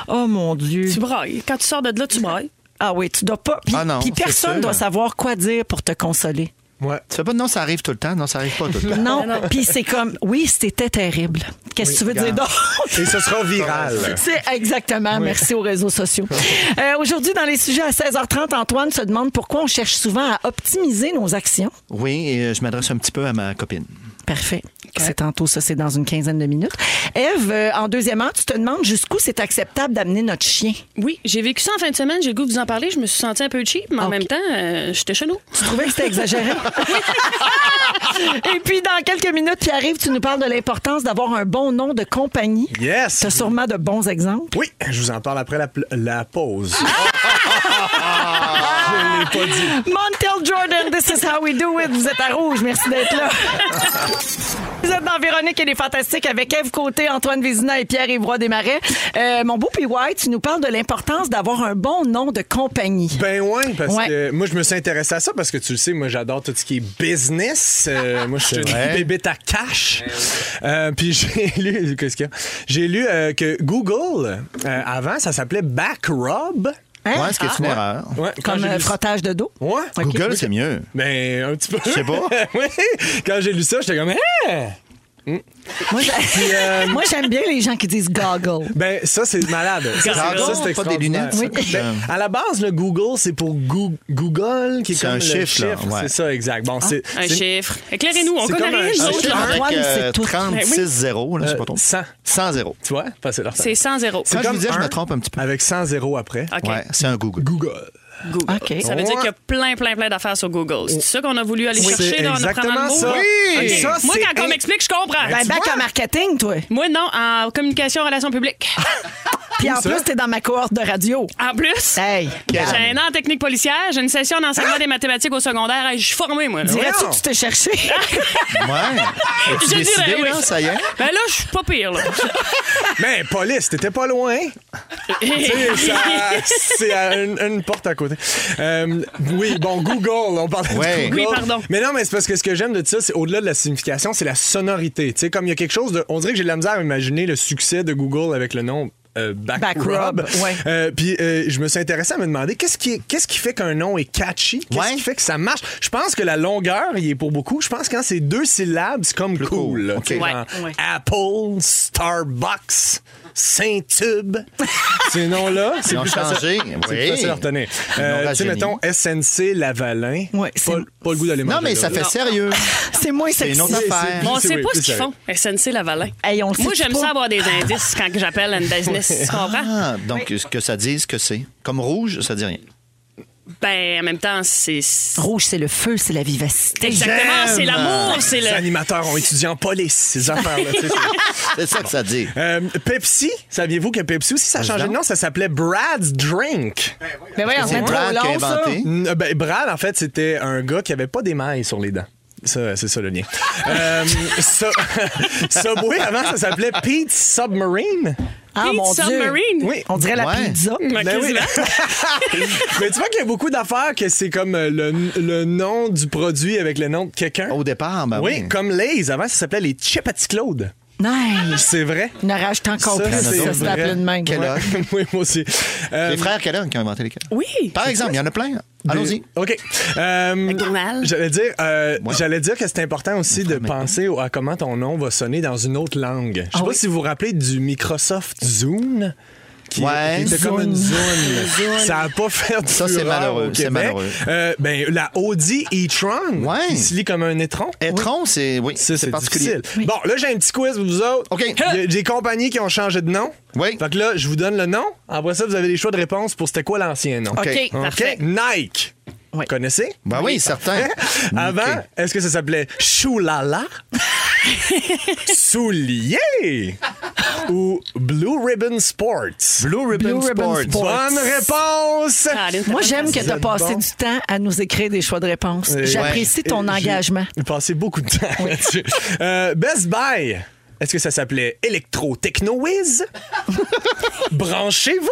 Oh mon Dieu!
Tu brailles. Quand tu sors de là, tu brailles.
Ah oui, tu dois pas. Puis
Ah non,
puis
c'est
personne
sûr.
doit savoir quoi dire pour te consoler.
Ouais.
Tu fais pas de non, ça arrive tout le temps. Non, Ah ça arrive pas tout le temps.
Non, puis c'est comme, oui, c'était terrible. Qu'est-ce que tu veux dire
regarde.
d'autre?
Et ce sera viral.
C'est exactement. Merci aux réseaux sociaux. Euh, Aujourd'hui, dans les sujets à 16h30, Antoine se demande pourquoi on cherche souvent à optimiser nos actions.
Oui, et euh, je m'adresse un petit peu à ma copine.
Parfait. C'est tantôt, ça, c'est dans une quinzaine de minutes. Eve, euh, en deuxième heure, tu te demandes jusqu'où c'est acceptable d'amener notre chien.
Oui, j'ai vécu ça en fin de semaine, j'ai le goût de vous en parler. Je me suis sentie un peu cheap, mais en
Ok.
même temps, euh, j'étais chez nous.
Tu trouvais que c'était exagéré? Et puis, dans quelques minutes, qui arrive, tu nous parles de l'importance d'avoir un bon nom de compagnie.
Yes.
T'as sûrement de bons exemples.
Oui, je vous en parle après la, pl- la pause.
Ah!
je l'ai pas dit.
Montel Jordan, this is how we do it. Vous êtes à rouge, merci d'être là. Vous êtes dans Véronique et les Fantastiques avec Eve Côté, Antoine Vézina et Pierre Évroy Desmarais. Euh, mon beau PY, tu nous parles de l'importance d'avoir un bon nom de compagnie.
Ben ouais, parce
Ouais.
que moi, je me suis intéressé à ça parce que tu le sais, moi, j'adore tout ce qui est business. Euh, moi, je suis une
vrai.
bébête à cash. Euh, puis j'ai lu, qu'est-ce qu'il y a? J'ai lu euh, que Google, euh, avant, ça s'appelait Backrob.
Hein?
Ouais, ce qui est une erreur.
Ouais, quand
Comme
j'ai
euh,
lu-
frottage de dos.
Ouais.
Ok.
Google, c'est mieux.
Ben, un petit peu.
Je sais pas.
oui. Quand j'ai lu ça, j'étais comme, Hein?
Moi, j'ai-
euh,
Moi, j'aime bien les gens qui disent goggle.
Ben, ça, c'est malade. Ça, c'est-
Goggle,
ça, c'est
pas des
extraordinaire.
lunettes, ça?
Ben, à la base, le Google, c'est pour Goo- Google, qui est,
C'est
comme
un
le
chiffre, là, ouais. Ah,
C'est ça, exact. Bon, c'est.
Un
c'est-
chiffre. Éclairez-nous, on
c'est
connaît
comme un
rien, nous
chiffre.
Un
autres,
chiffre
là.
avec
Antoine,
euh,
c'est tout. Ben
36-0, là, je sais pas
Euh,
trop.
100.
100-0.
Tu vois, passer leur temps.
C'est 100 0
Quand je vous
comme
dis, je
un
me trompe un petit peu.
Avec 100 zéros après.
OK.
Ouais, c'est un Google.
Google. Oh.
Google.
OK.
Ça veut dire qu'il y a plein, plein, plein d'affaires sur Google. C'est ça qu'on a voulu aller
Oui.
chercher
C'est
là, en apprenant le
exactement
mot?
ça.
là?
Oui.
OK.
Et ça,
Moi,
c'est
quand on
in-
m'explique, je comprends.
Ben, bac en marketing, toi.
Moi, non, en communication, relations publiques.
Puis en
ça?
plus, t'es dans ma cohorte de radio.
En plus,
Hey,
j'ai un an en technique policière, j'ai une session d'enseignement des mathématiques au secondaire. Hey, Je suis formée, moi. là.
dirais-tu
voyons.
que tu t'es cherché?
Ouais. As-tu
Je
décidé,
dirais, oui.
là, ça y est?
Ben là, je suis pas pire. Là.
Mais police, t'étais pas loin. Tu sais, ça- c'est à une, une porte à côté. Euh, oui, bon, Google, on parlait
Ouais.
de Google.
Oui, pardon.
Mais non, mais c'est parce que ce que j'aime de ça, c'est au-delà de la signification, c'est la sonorité. Tu sais, comme il y a quelque chose de. On dirait que j'ai de la misère à imaginer le succès de Google avec le nom. euh, Back
Backrub,
Rub.
ouais.
Euh, Puis euh, je me suis intéressé à me demander qu'est-ce qui, qu'est-ce qui fait qu'un nom est catchy, qu'est-ce
Ouais.
qui fait que ça marche. Je pense que la longueur y est pour beaucoup. Je pense que quand c'est deux syllabes, c'est comme cool.
cool.
là.
OK.
Tu sais,
Ouais,
genre,
ouais.
Apple, Starbucks, Saint-Tube. Ces noms-là, c'est
Ils ont
plus
changé,
facile. C'est
oui.
plus facile à retenir.
Ils
Euh,
l'ont
tu sais,
rajeuni.
mettons SNC Lavalin.
Ouais, c'est-
pas, pas le goût d'aller
Non,
manger
mais
là,
ça
là.
fait sérieux.
C'est moins
C'est
sexy.
une autre affaire.
Bon, on
C'est
sait
oui,
pas ce
c'est
qu'ils
vrai.
font. SNC Lavalin.
Hey, on le
Moi,
sait
j'aime
pas.
ça avoir des indices quand que j'appelle une business. Tu comprends?
Ah, donc, ce que ça dit, ce que c'est. Comme rouge, ça dit rien.
Ben, en même temps, c'est. c'est-
Rouge, c'est le feu, c'est la vivacité.
Exactement, c'est l'amour, c'est
Les
le.
animateurs ont étudié en police, ces affaires-là. tu sais, c'est-
C'est ça que ça dit.
Euh, Pepsi, saviez-vous que Pepsi aussi, ça a changé de nom? Ça s'appelait Brad's Drink.
Mais voyons,
C'est
Ah, c'est trop
Brad qui a
long, ça.
inventé.
Mm, Ben, Brad, en fait, c'était un gars qui avait pas d'émail sur les dents. Ça, c'est ça le lien. Euh, Su- Subway, avant, ça s'appelait Pete Submarine.
Ah, mon
Pete
Dieu.
Submarine.
Oui.
On dirait la
Ouais.
pizza.
Ben,
Ben oui.
quasiment.
Mais tu vois qu'il y a beaucoup d'affaires que c'est comme euh, le, le nom du produit avec le nom de quelqu'un.
Au départ, ben
oui,
oui.
comme Lays. Avant, ça s'appelait les Chipati Claude.
Nice.
C'est vrai.
Une rage tant qu'on
Ça,
plus,
c'est
ça se
vrai.
l'appelait de même.
Quel homme.
oui, moi aussi. Euh,
Les frères Kellogg qui ont inventé les Kellogg.
Oui.
Par exemple, il y en a plein. Allons-y.
OK. Euh,
McDonald's.
j'allais dire, euh,
Ouais.
j'allais dire que c'est important aussi de penser au- à comment ton nom va sonner dans une autre langue. Je sais pas si vous vous rappelez du Microsoft Zune. Qui,
Ouais.
qui était comme une zone. Ça a pas fait de
Ça, c'est
fureur
malheureux,
au
c'est
Québec.
malheureux.
Euh, ben, la Audi e-tron
Ouais.
qui se lit comme un étron.
Etron, c'est oui,
Ça,
c'est
c'est
particulier.
difficile. Bon, là, j'ai un petit quiz pour vous autres.
OK. Hein?
Il y a des compagnies qui ont changé de nom.
Oui.
Fait que là, je vous donne le nom. Après ça, vous avez les choix de réponse pour c'était quoi l'ancien nom.
OK.
OK, parfait.
Nike. Vous connaissez?
Ben oui, certain.
Avant,
Ok.
est-ce que ça s'appelait Choulala? Soulier? ou Blue Ribbon Sports?
Blue
Blue
Ribbon
Ribbon
Sports.
Sports.
Bonne réponse!
Ah, Aline, t'as
Moi,
pas
j'aime
de
que tu as
êtes
passé
bon.
du temps à nous écrire des choix de réponse.
Euh,
J'apprécie
ouais.
ton
Euh, j'ai-
engagement.
J'ai passé beaucoup de temps là-dessus. Euh, Best Buy, est-ce que ça s'appelait Electro Techno Whiz? Branchez-vous!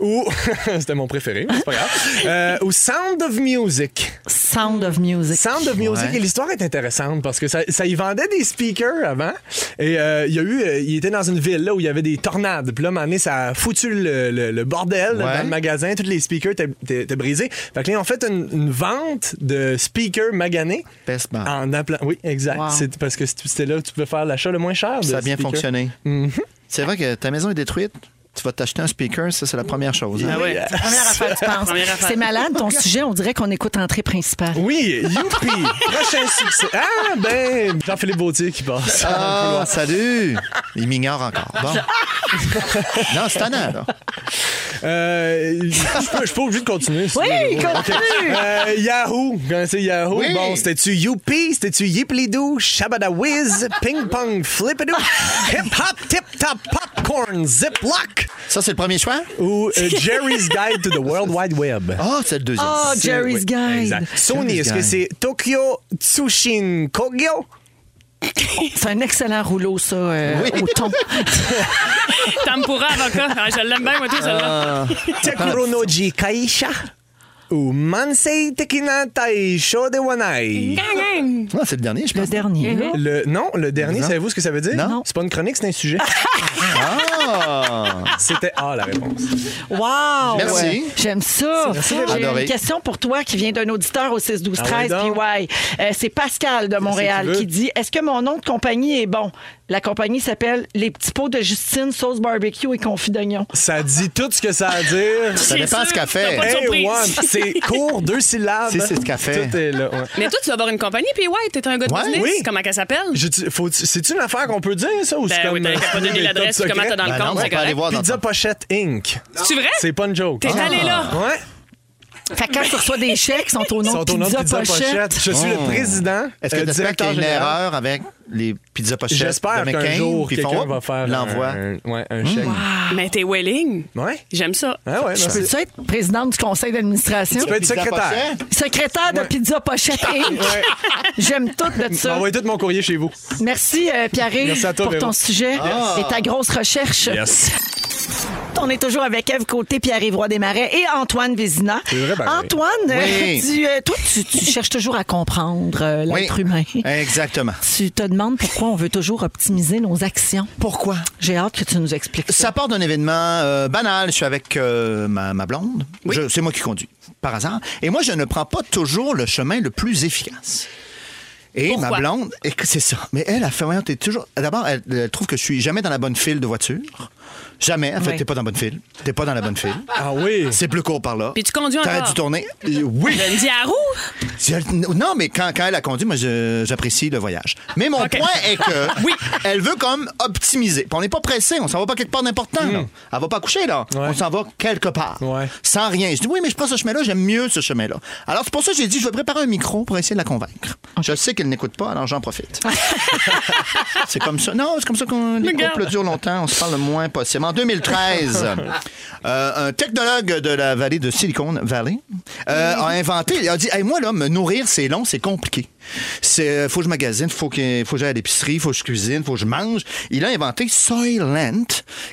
Ou, c'était mon préféré, mais c'est pas grave. Euh, ou Sound of Music.
Sound of Music.
Sound of Music
Ouais.
et l'histoire est intéressante parce que ça, ça y vendait des speakers avant et euh, il y a eu euh, il était dans une ville là où il y avait des tornades puis là un moment donné, ça a foutu le, le- le bordel
Ouais.
dans le magasin tous les speakers étaient- étaient étaient brisés fait que là ils ont fait une, une vente de speakers maganés
Best Buy.
en appelant oui exact
Wow.
c'est parce que c'était là que tu peux faire l'achat le moins cher de Mm-hmm.
Ça a bien
speakers.
fonctionné. C'est vrai que ta maison est détruite. Tu vas t'acheter un speaker, ça c'est la première chose. hein.
Ah ouais.
Première affaire, tu penses.
Première affaire.
C'est malade, ton sujet, on dirait qu'on écoute entrée principale.
oui youpi prochain succès ah ben Jean-Philippe Bautier qui passe
Ah, salut! Il m'ignore encore. Bon. non, c'est tannant, là.
Euh, je peux- je suis pas obligé de continuer. si
Oui,
tu veux.
continue.
Ok. Euh, Yahoo, connaissez Yahoo?
Oui.
Bon, c'était-tu Youpi, c'était-tu Yiplidou, Shabada Whiz, Ping Pong Flipidou, Hip Hop Tip Top Popcorn Ziploc
Ça, c'est le premier choix?
ou euh, Jerry's Guide to the World Wide Web?
Ah, c'est le deuxième.
Oh,
C'est-
Jerry's
oui,
Guide.
exact. Sony,
Jerry's
est-ce que c'est
Guide.
Tokyo Tsushin Kogyo?
C'est un excellent rouleau, ça, euh,
Oui.
au thon.
Tempura, avocat. Ah, je l'aime bien, moi, tout, celle-là.
Tekronoji Kaisha? Umansei Tekinatai Shodewanai.
Ah, c'est le dernier, je
Le
pense.
dernier.
Le, non, le dernier,
Non.
savez-vous ce que ça veut dire?
Non.
C'est pas une chronique, c'est un sujet.
Ah!
C'était A la réponse.
Wow!
Merci.
Ouais. J'aime ça.
Merci, Valérie.
J'ai
Adoré.
une question pour toi qui vient d'un auditeur au 6 12 13
Ah ouais, donc.
puis ouais. Euh, c'est Pascal de Montréal
qui veut.
qui dit Est-ce que mon nom de compagnie est bon La compagnie s'appelle Les petits pots de Justine sauce barbecue et confit d'oignon.
Ça dit tout ce que ça a à dire.
Ça dépend
sûr
ce qu'elle
que t'as
fait.
pas de
Hey,
surprise.
one, c'est court, deux syllabes.
Si, c'est ce qu'elle fait.
Tout est là, ouais.
Mais toi, tu vas avoir une compagnie, puis ouais, t'es un gars de
Ouais,
business.
oui.
Comment qu'elle s'appelle?
Je dis- faut- C'est-tu une affaire qu'on peut dire, ça? Ou c'est
Ben
comme,
oui, t'as t'as pas donné
les
l'adresse,
top
puis comment
secrets?
t'as dans
Ben
le
non,
compte,
on
c'est
peut aller
correct.
voir dans
Pizza
ton...
Pochette Inc.
C'est vrai?
C'est pas une joke. Ah.
T'es allé là.
Ouais.
Fait que quand tu reçois des chèques, ils sont au nom
Sont
de
au nom de Pizza
Pizza, Pochette.
Pochette. Je suis
Oh.
le président.
Est-ce que
euh,
tu espères qu'il
directeur
y a une
général.
erreur avec les pizzas pochettes
J'espère
de
qu'un
McCain,
jour,
puis ils font,
quelqu'un
hop,
va faire
l'envoi.
un, ouais, un chèque.
Ah, Mais t'es Welling.
Ouais.
J'aime ça.
Ah ouais,
Je
merci.
peux-tu être présidente du conseil d'administration?
Tu peux être
Pizza
secrétaire.
Pochette?
Secrétaire de Pizza Pochette Inc. J'aime tout de ça.
Envoyez tout mon courrier chez vous.
Merci, euh, Pierre-Yves,
Merci à toi,
pour
Véro.
ton sujet
Ah.
et ta grosse recherche.
Yes.
On est toujours avec Eve Côté, Pierre-Yves Roy Desmarais et Antoine Vézina.
C'est vrai, ben oui.
Antoine,
Oui.
euh, tu, euh, toi, tu, tu cherches toujours à comprendre euh,
Oui. Hein.
l'être humain.
Exactement.
Tu te demandes pourquoi on veut toujours optimiser nos actions.
Pourquoi?
J'ai hâte que tu nous expliques ça.
Ça part d'un événement euh, banal. Je suis avec euh, ma, ma blonde. Je- C'est moi qui conduis, par hasard. Et moi, je ne prends pas toujours le chemin le plus efficace. Et ma
Pourquoi?
blonde, écoute, c'est ça. Mais elle, a fait, voyons, t'es toujours. D'abord, elle, elle trouve que je suis jamais dans la bonne file de voiture. Jamais. En fait,
Oui.
t'es pas dans la bonne file. T'es pas dans la bonne file.
Ah oui.
C'est plus court par là.
Puis tu conduis
T'arrêtes
encore.
dû tourner. Euh, Oui.
Je me dis à roue.
Je- Non, mais quand, quand elle a conduit, moi, je- j'apprécie le voyage. Mais mon
OK.
point est que elle veut comme optimiser. Puis on n'est pas pressé, on s'en va pas quelque part n'importe quand. là. Elle va pas coucher, là. On s'en va quelque part.
Ouais.
Sans rien. Je dis, oui, mais je prends ce chemin-là, j'aime mieux ce chemin-là. Alors, c'est pour ça que j'ai dit, je vais préparer un micro pour essayer de la convaincre. Je sais qu'elle n'écoute pas, alors j'en profite. c'est comme ça. Non, c'est comme ça qu'on les
Regarde.
couples durent longtemps, on se parle le moins possible. En 2013, euh, un technologue de la vallée de Silicon Valley euh, a inventé, il a dit, Hey, moi là, me nourrir c'est long, c'est compliqué. C'est euh, faut que je magasine, faut que faut que j'aille à l'épicerie, faut que je cuisine, faut que je mange. Il a inventé Soylent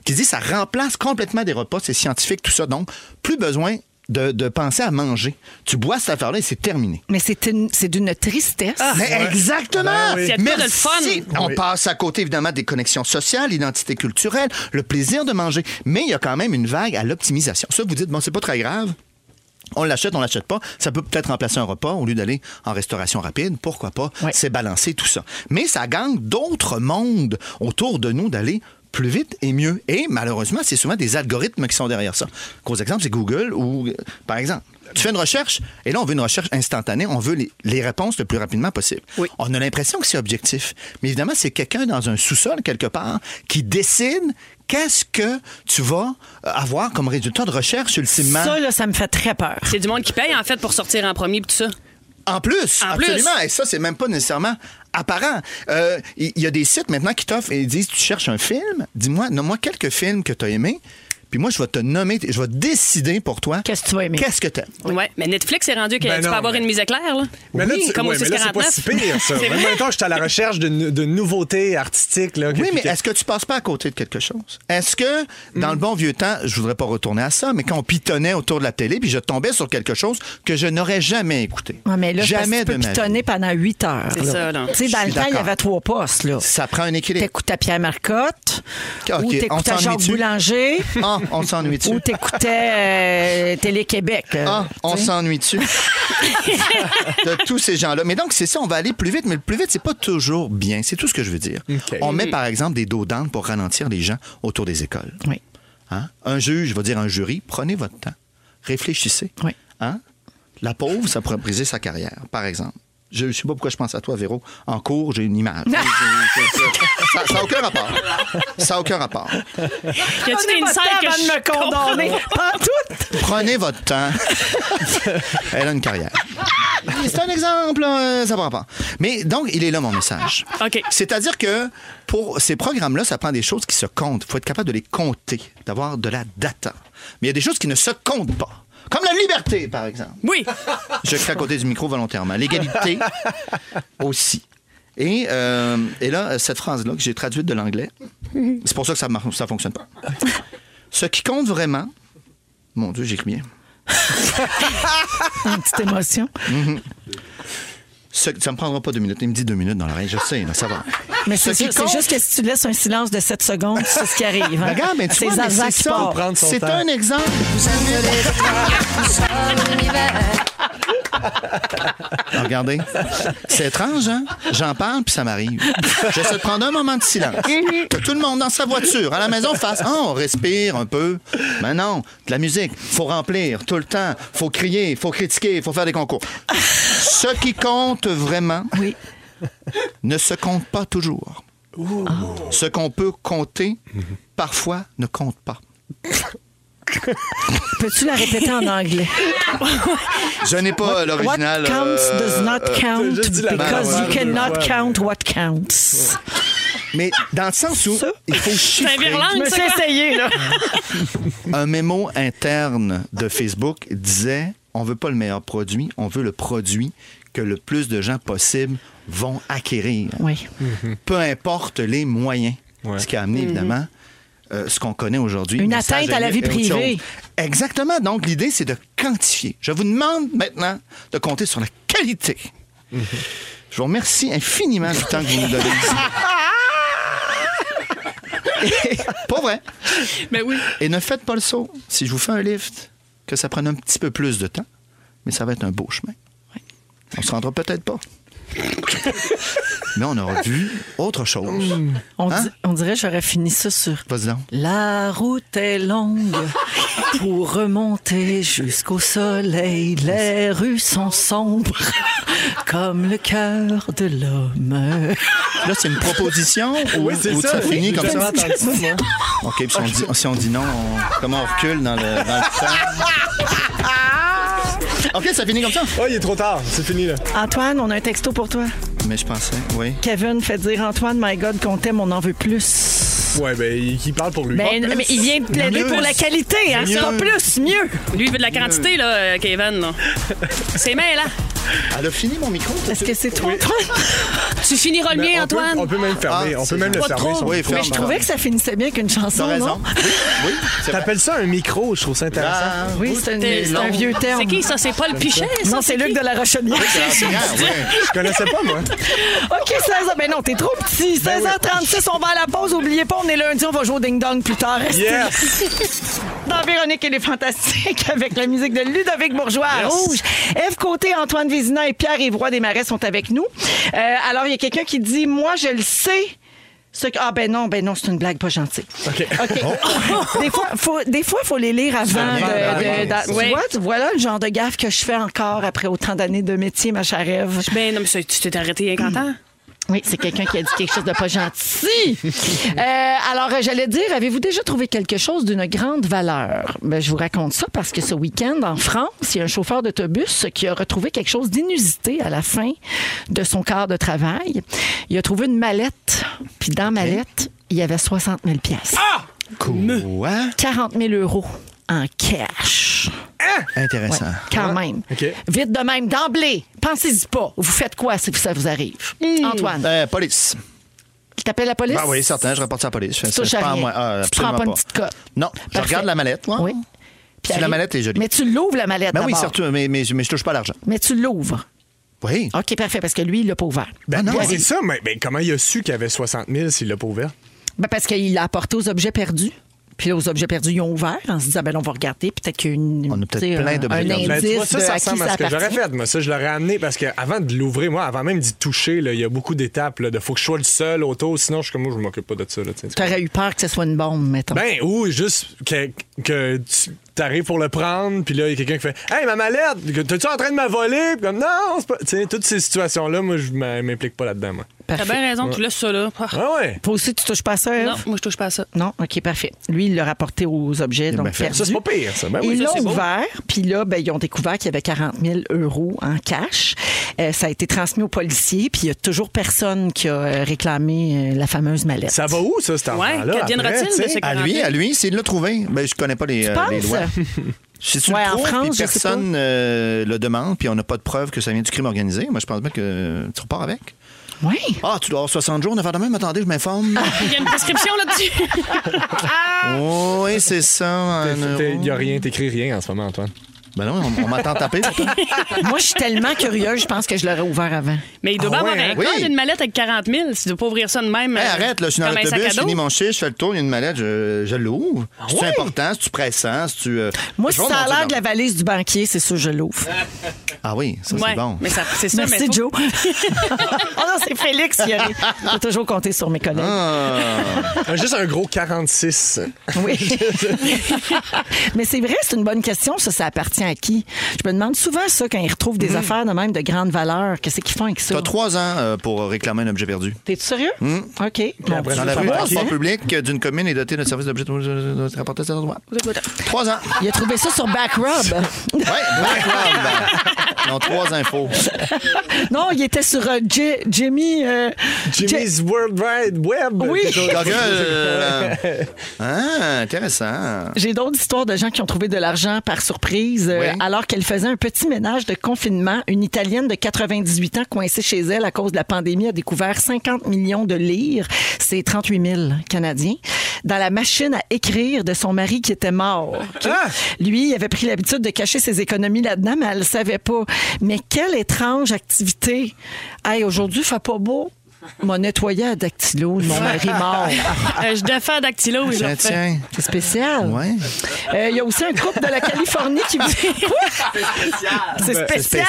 qui dit ça remplace complètement des repas, c'est scientifique tout ça, donc plus besoin de, de penser à manger. Tu bois cette affaire-là et c'est terminé.
Mais c'est une- c'est d'une tristesse.
Mais exactement!
Ben oui.
C'est de quoi de le fun.
On
Oui.
passe à côté, évidemment, des connexions sociales, l'identité culturelle, le plaisir de manger, mais il y a quand même une vague à l'optimisation. Ça, vous dites, bon, c'est pas très grave. On l'achète, on l'achète pas. Ça peut peut-être remplacer un repas au lieu d'aller en restauration rapide. Pourquoi pas?
Ouais.
C'est balancé tout ça. Mais ça gagne d'autres mondes autour de nous d'aller plus vite et mieux. Et malheureusement, c'est souvent des algorithmes qui sont derrière ça. Gros exemple, c'est Google ou, euh, par exemple, tu fais une recherche et là, on veut une recherche instantanée. On veut les, les réponses le plus rapidement possible. On a l'impression que c'est objectif. Mais évidemment, c'est quelqu'un dans un sous-sol quelque part qui décide qu'est-ce que tu vas avoir comme résultat de recherche ultimement.
Ça, là, ça me fait très peur.
C'est du monde qui paye, en fait, pour sortir en premier, pis tout ça.
En plus,
En
absolument.
plus.
Et ça, c'est même pas nécessairement apparent. Euh, Il y, a des sites maintenant qui t'offrent et ils disent tu cherches un film, dis-moi, nomme-moi quelques films que tu as aimés, puis moi, je vais te nommer, je vais décider pour toi.
Qu'est-ce que tu vas aimer?
Qu'est-ce que t'aimes?
Ouais. Mais Netflix est rendu que
Ben
tu
non,
peux avoir
mais-
une mise éclair, là.
Mais là,
Oui,
tu-
comme
ouais,
au
mais là, c'est pas si
649.
pire, ça.
C'est
Mais en
vrai.
même temps, je suis à la recherche de, de nouveautés artistiques. Là,
Oui,
que-
mais
que-
est-ce que tu passes pas à côté de quelque chose? Est-ce que, dans le bon vieux temps, je voudrais pas retourner à ça, mais quand on pitonnait autour de la télé, puis je tombais sur quelque chose que je n'aurais jamais écouté.
Ouais, mais là, je pense que
jamais
tu peux
de ma vie.
pitonner pendant 8 heures.
C'est ça, là.
Tu sais, dans le temps,
Je suis
il y
d'accord.
avait trois postes, là.
Ça prend un équilibre.
T'écoutes à Pierre Marcotte,
Ok,
ou
on
t'écoutes à
s'ennuie
Jacques
dessus.
Boulanger,
Ah, on s'ennuie-tu?
ou t'écoutais euh, Télé-Québec. euh,
Ah, on
tu sais.
s'ennuie dessus. de tous ces gens-là. Mais donc, c'est ça, on va aller plus vite, mais le plus vite, c'est pas toujours bien. C'est tout ce que je veux dire.
OK.
On met, par exemple, des dos d'âne pour ralentir les gens autour des écoles.
Oui.
Hein? Un juge, je vais dire un jury, prenez votre temps. Réfléchissez.
Oui.
Hein? La pauvre, ça pourrait briser sa carrière, par exemple. Je ne sais pas pourquoi je pense à toi, Véro. En cours, j'ai une image. ça n'a aucun rapport. Ça n'a aucun rapport.
Y a-tu
Prenez
des
votre
insights
temps
que
avant
je
de me condamner. Pas en tout.
Prenez votre temps. Elle a une carrière. C'est un exemple, euh, ça prend pas. Mais donc, il est là mon message.
OK.
C'est-à-dire que pour ces programmes-là, ça prend des choses qui se comptent. Il faut être capable de les compter, d'avoir de la data. Mais il y a des choses qui ne se comptent pas. Comme la liberté, par exemple.
Oui.
Je crie à côté du micro volontairement. L'égalité aussi. Et, euh, et là, cette phrase-là que j'ai traduite de l'anglais, c'est pour ça que ça ne fonctionne pas. Ce qui compte vraiment, mon Dieu, j'écris bien.
Une petite émotion.
Ce- ça me prendra pas deux minutes. Il me dit deux minutes dans l'oreille. Je sais, là, ça va.
Mais c'est
Ce qui
sûr, c'est
compte-
juste que si tu laisses un silence de 7 secondes, c'est ce qui arrive. hein.
Ben, regarde, ben, tu
c'est
vois, mais
Zaza
c'est
qui
ça.
part.
Prendre son
C'est
temps.
un exemple. Ah, Regardez. C'est étrange, hein? J'en parle, puis ça m'arrive. J'essaie de prendre un moment de silence. T'as tout le monde dans sa voiture, à la maison, face. Ah, on respire un peu. Mais non, de la musique, faut remplir tout le temps. Faut crier, faut critiquer, faut faire des concours. Ce qui compte vraiment ne se compte pas toujours. Ce qu'on peut compter, parfois, ne compte pas.
Peux-tu la répéter en anglais?
Je n'ai pas
What
l'original.
counts
euh,
does not
euh,
count
T'as juste dit la
because
balle,
you
ouais,
cannot
deux fois.
count what counts.
Mais dans le sens où il faut
C'est un
chiffrer.
virlang,
Je me
ça,
suis
quoi?
essayé, là.
Un mémo interne de Facebook disait on veut pas le meilleur produit, on veut le produit que le plus de gens possible vont acquérir.
Oui.
Peu importe les moyens.
Ouais.
Ce qui a amené, évidemment, euh, ce qu'on connaît aujourd'hui.
Mhm. Une
le message
atteinte à la vie
et autre
privée.
chose. Exactement. Donc, l'idée, c'est de quantifier. Je vous demande maintenant de compter sur la qualité. Je vous remercie infiniment du temps que vous nous donnez ici. Pas vrai.
Ben
Mais oui.
Et ne faites pas le saut. Si je vous fais un lift, que ça prenne un petit peu plus de temps, mais ça va être un beau chemin. On se rendra peut-être pas. mais on aura vu autre chose.
On,
Hein?
di- on dirait que j'aurais fini ça sur...
Vas-y donc.
La route est longue pour remonter jusqu'au soleil. Les rues sont sombres comme le cœur de l'homme.
Là, c'est une proposition ou,
Oui, c'est
ou
ça.
finit
J'ai
comme
jamais
ça?
entendu ça,
hein?
moi.
OK, puis si on dit, si on dit non, on- comment on recule dans le, dans le temps? OK, ça finit comme ça?
Oh, il est trop tard. C'est fini, là.
Antoine, on a un texto pour toi.
Mais je pensais, oui.
Kevin fait dire Antoine, my God, qu'on t'aime, on en veut plus.
Ouais, ben, il, il parle pour lui. Oh,
Mais,
Ben,
plus.
Ben, mais il vient de plaider
Mieux.
pour la qualité, hein? C'est pas
Mieux.
plus, mieux.
Lui, il veut de la quantité, là, euh, Kevin. là. C'est mêlant.
Elle a fini mon micro? tout de
Est-ce
suite.
que c'est toi, Antoine?
Tu finiras le
Mais
mien,
Oh, ben, on peut-
Antoine.
on peut même fermer.
Ah,
on peut
c'est
même le
pas
fermer.
trop.
son
Oui,
micro.
ferme.
Je trouvais que ça finissait bien qu'une chanson,
T'as raison.
non?
Oui, oui. c'est vrai.
T'appelles ça un micro? Je trouve ça intéressant.
Ah,
Oui, c'est un, c'est un vieux terme.
Euh, C'est qui, ça? C'est Paul Pichet, ça?
Non, c'est Luc de la Rochelière.
c'est bien, ouais.
Je connaissais pas, moi.
OK, 16 h Ben non, t'es trop petit. 16h36, on va à la pause. Oubliez pas, on est lundi, on va jouer au ding-dong plus tard. Restez
Yes!
dans Véronique et les Fantastiques avec la musique de Ludovic Bourgeois à Rouge. Yves Côté, Antoine Vézina et Pierre Évroy Desmarais sont avec nous. Euh, alors, il y a quelqu'un qui dit Moi, je le sais. ce que- Ah ben non, ben non, c'est une blague pas gentille.
OK.
OK. des fois, faut, des fois, faut les lire avant.
bien,
de-
bien,
de-
bien.
d'a- Tu vois, tu- voilà le genre de gaffe que je fais encore après autant d'années de métier, ma chère Ève.
Ben non, mais ça, tu t'es arrêté il y a 40 ans.
Oui, c'est quelqu'un qui a dit quelque chose de pas gentil. Euh, alors, euh, j'allais dire, avez-vous déjà trouvé quelque chose d'une grande valeur? Ben, je vous raconte ça parce que ce week-end, en France, il y a un chauffeur d'autobus qui a retrouvé quelque chose d'inusité à la fin de son quart de travail. Il a trouvé une mallette, puis dans la mallette, il y avait 60 000 pièces.
Quoi?
40 000 euros en cash.
Intéressant.
Ouais, quand même.
OK.
Vite de même, d'emblée. Pensez-y pas. Vous faites quoi si ça vous arrive? Antoine,
Euh, police.
t'appelles la police?
Ah oui, certain, je rapporte ça à la police. Je fais ça,
touches
je
à
prends
rien.
moi- ah,
Tu prends
absolument
pas une petite cote.
Non, je
Parfait.
regarde la mallette, moi.
Oui.
Si la mallette est jolie.
Mais tu l'ouvres, la mallette.
Ben oui,
d'abord.
surtout, mais, mais, mais je touche pas à l'argent.
Mais tu l'ouvres.
Oui.
OK, parfait, parce que lui, il l'a pas ouvert.
Ah
Ben
non.
non, c'est ça, mais, mais comment il a su qu'il y avait 60 000 s'il l'a pas ouvert?
Ben, parce qu'il l'a apporté aux objets perdus. Puis là, aux objets perdus, ils ont ouvert en se disant, ben, on va regarder. Peut-être qu'il y a une.
On a peut-être
tu sais,
plein
un-
d'objets
Un
perdus.
indice
Ben,
tu vois, ça,
de
ça
à qui
ressemble à
ça
ce que j'aurais
appartient.
fait. Moi, ça, je l'aurais amené parce que avant de l'ouvrir, moi, avant même d'y toucher, là, il y a beaucoup d'étapes. là, de faut que je sois le seul autour. Sinon, je suis comme moi, je m'occupe pas de ça. Là, tu sais.
T'aurais eu peur que ce soit une bombe, mettons.
ben, ou juste que, que tu arrives pour le prendre, puis là, il y a quelqu'un qui fait Hey, ma mallette, que- t'es-tu en train de me voler? Puis comme Non, c'est pas. Tu sais, toutes ces situations-là, moi, je m'a- m'implique pas là-dedans, moi.
T'as
parfait.
bien raison, tu laisses ça, là. Ah.
Ah ouais?
Toi aussi, tu touches pas à ça, Ève?
Non, moi, je touche pas à ça.
Non, OK, parfait. Lui, il l'a rapporté aux objets, donc
ben, fait.
perdus.
Ça, c'est pas pire, ça. Ben oui,
ils
ça, c'est
l'ont
beau.
ouvert, puis là, ben, ils ont découvert qu'il y avait 40 000 euros en cash. Euh, ça a été transmis aux policiers, puis il n'y a toujours personne qui a euh, réclamé euh, la fameuse mallette.
Ça va où, ça, cet enfant-là?
Ouais, qu'adviendra-t-il
après, tu sais? Ah,
de ces
À lui, à lui, s'il l'a trouvé. Ben, je connais pas les, euh, les
penses?
lois. Si tu
Ouais, en
le trouves,
France,
puis
je sais
personne euh, le demande, puis on n'a pas de preuve que ça vient du crime organisé, moi, je pense bien que euh, tu repars avec.
Oui.
Ah, tu dois avoir 60 jours, 9 heures de même. Attendez, je m'informe.
Il y a une prescription là-dessus.
oui, c'est ça. un
T'es-
euro.
t'es- Il n'y a rien, t'écris rien en ce moment, Antoine.
Ben non, on, on m'entend taper. pourtant.
Moi, je suis tellement curieuse, je pense que je l'aurais ouvert avant.
Mais il doit
Ah
pas
ouais,
avoir
hein?
un
Oui.
code, une mallette avec 40 000. Si tu dois pas ouvrir ça de même.
Hey,
euh,
arrête, là, je suis dans
comme un sac à
l'autobus, je
dos.
finis mon chiffre, je fais le tour, il y a une mallette, je, je l'ouvre. C'est important, c'est-tu pressant, c'est-tu. euh,
Ah Moi,
je
si
vais
ça a
remonter
l'air
dans-
de la valise du banquier, c'est sûr, je l'ouvre.
Ah oui, ça
Ouais,
c'est bon.
Mais ça, c'est ça, mais
Merci,
faut-
Joe. oh non, c'est Félix qui a ri. Faut toujours compter sur mes collègues.
Ah.
Ah, Juste un gros 46.
Oui. Mais c'est vrai, c'est une bonne question. Ça, ça appartient à qui? Je me demande souvent ça quand ils retrouvent des affaires de même de grande valeur. Qu'est-ce qu'ils font avec ça?
T'as trois ans euh, pour réclamer un objet perdu.
T'es sérieux? OK. Mon
après,
Dieu,
Dans la
ça
rue,
va.
transport public euh, d'une commune est doté d'un service d'objet de rapporter à cet endroit. Trois ans.
Il a trouvé ça sur Backrub.
Ouais, background. Ils ont trois infos.
non, il était sur euh, J- Jimmy. euh, J-
Jimmy's World Wide Web.
Oui.
quelque chose.
Google. euh, Ah, intéressant.
J'ai d'autres histoires de gens qui ont trouvé de l'argent par surprise euh,
Oui.
alors qu'elle faisait un petit ménage de confinement. Une Italienne de 98 ans coincée chez elle à cause de la pandémie a découvert 50 millions de lire, c'est 38 000 Canadiens, dans la machine à écrire de son mari qui était mort. OK?
Ah!
Lui, il avait pris l'habitude de cacher ses économies là-dedans, mais elle le savait pas. Mais quelle étrange activité. Hey, aujourd'hui, fait pas beau. M'a nettoyé à dactylo de mon mari mort.
Euh, je défends Dactylo. je le
Tiens,
refais.
tiens.
C'est spécial.
Ouais.
Euh, Il y a aussi un couple de la Californie qui vous C'est spécial. C'est spécial.
spécial.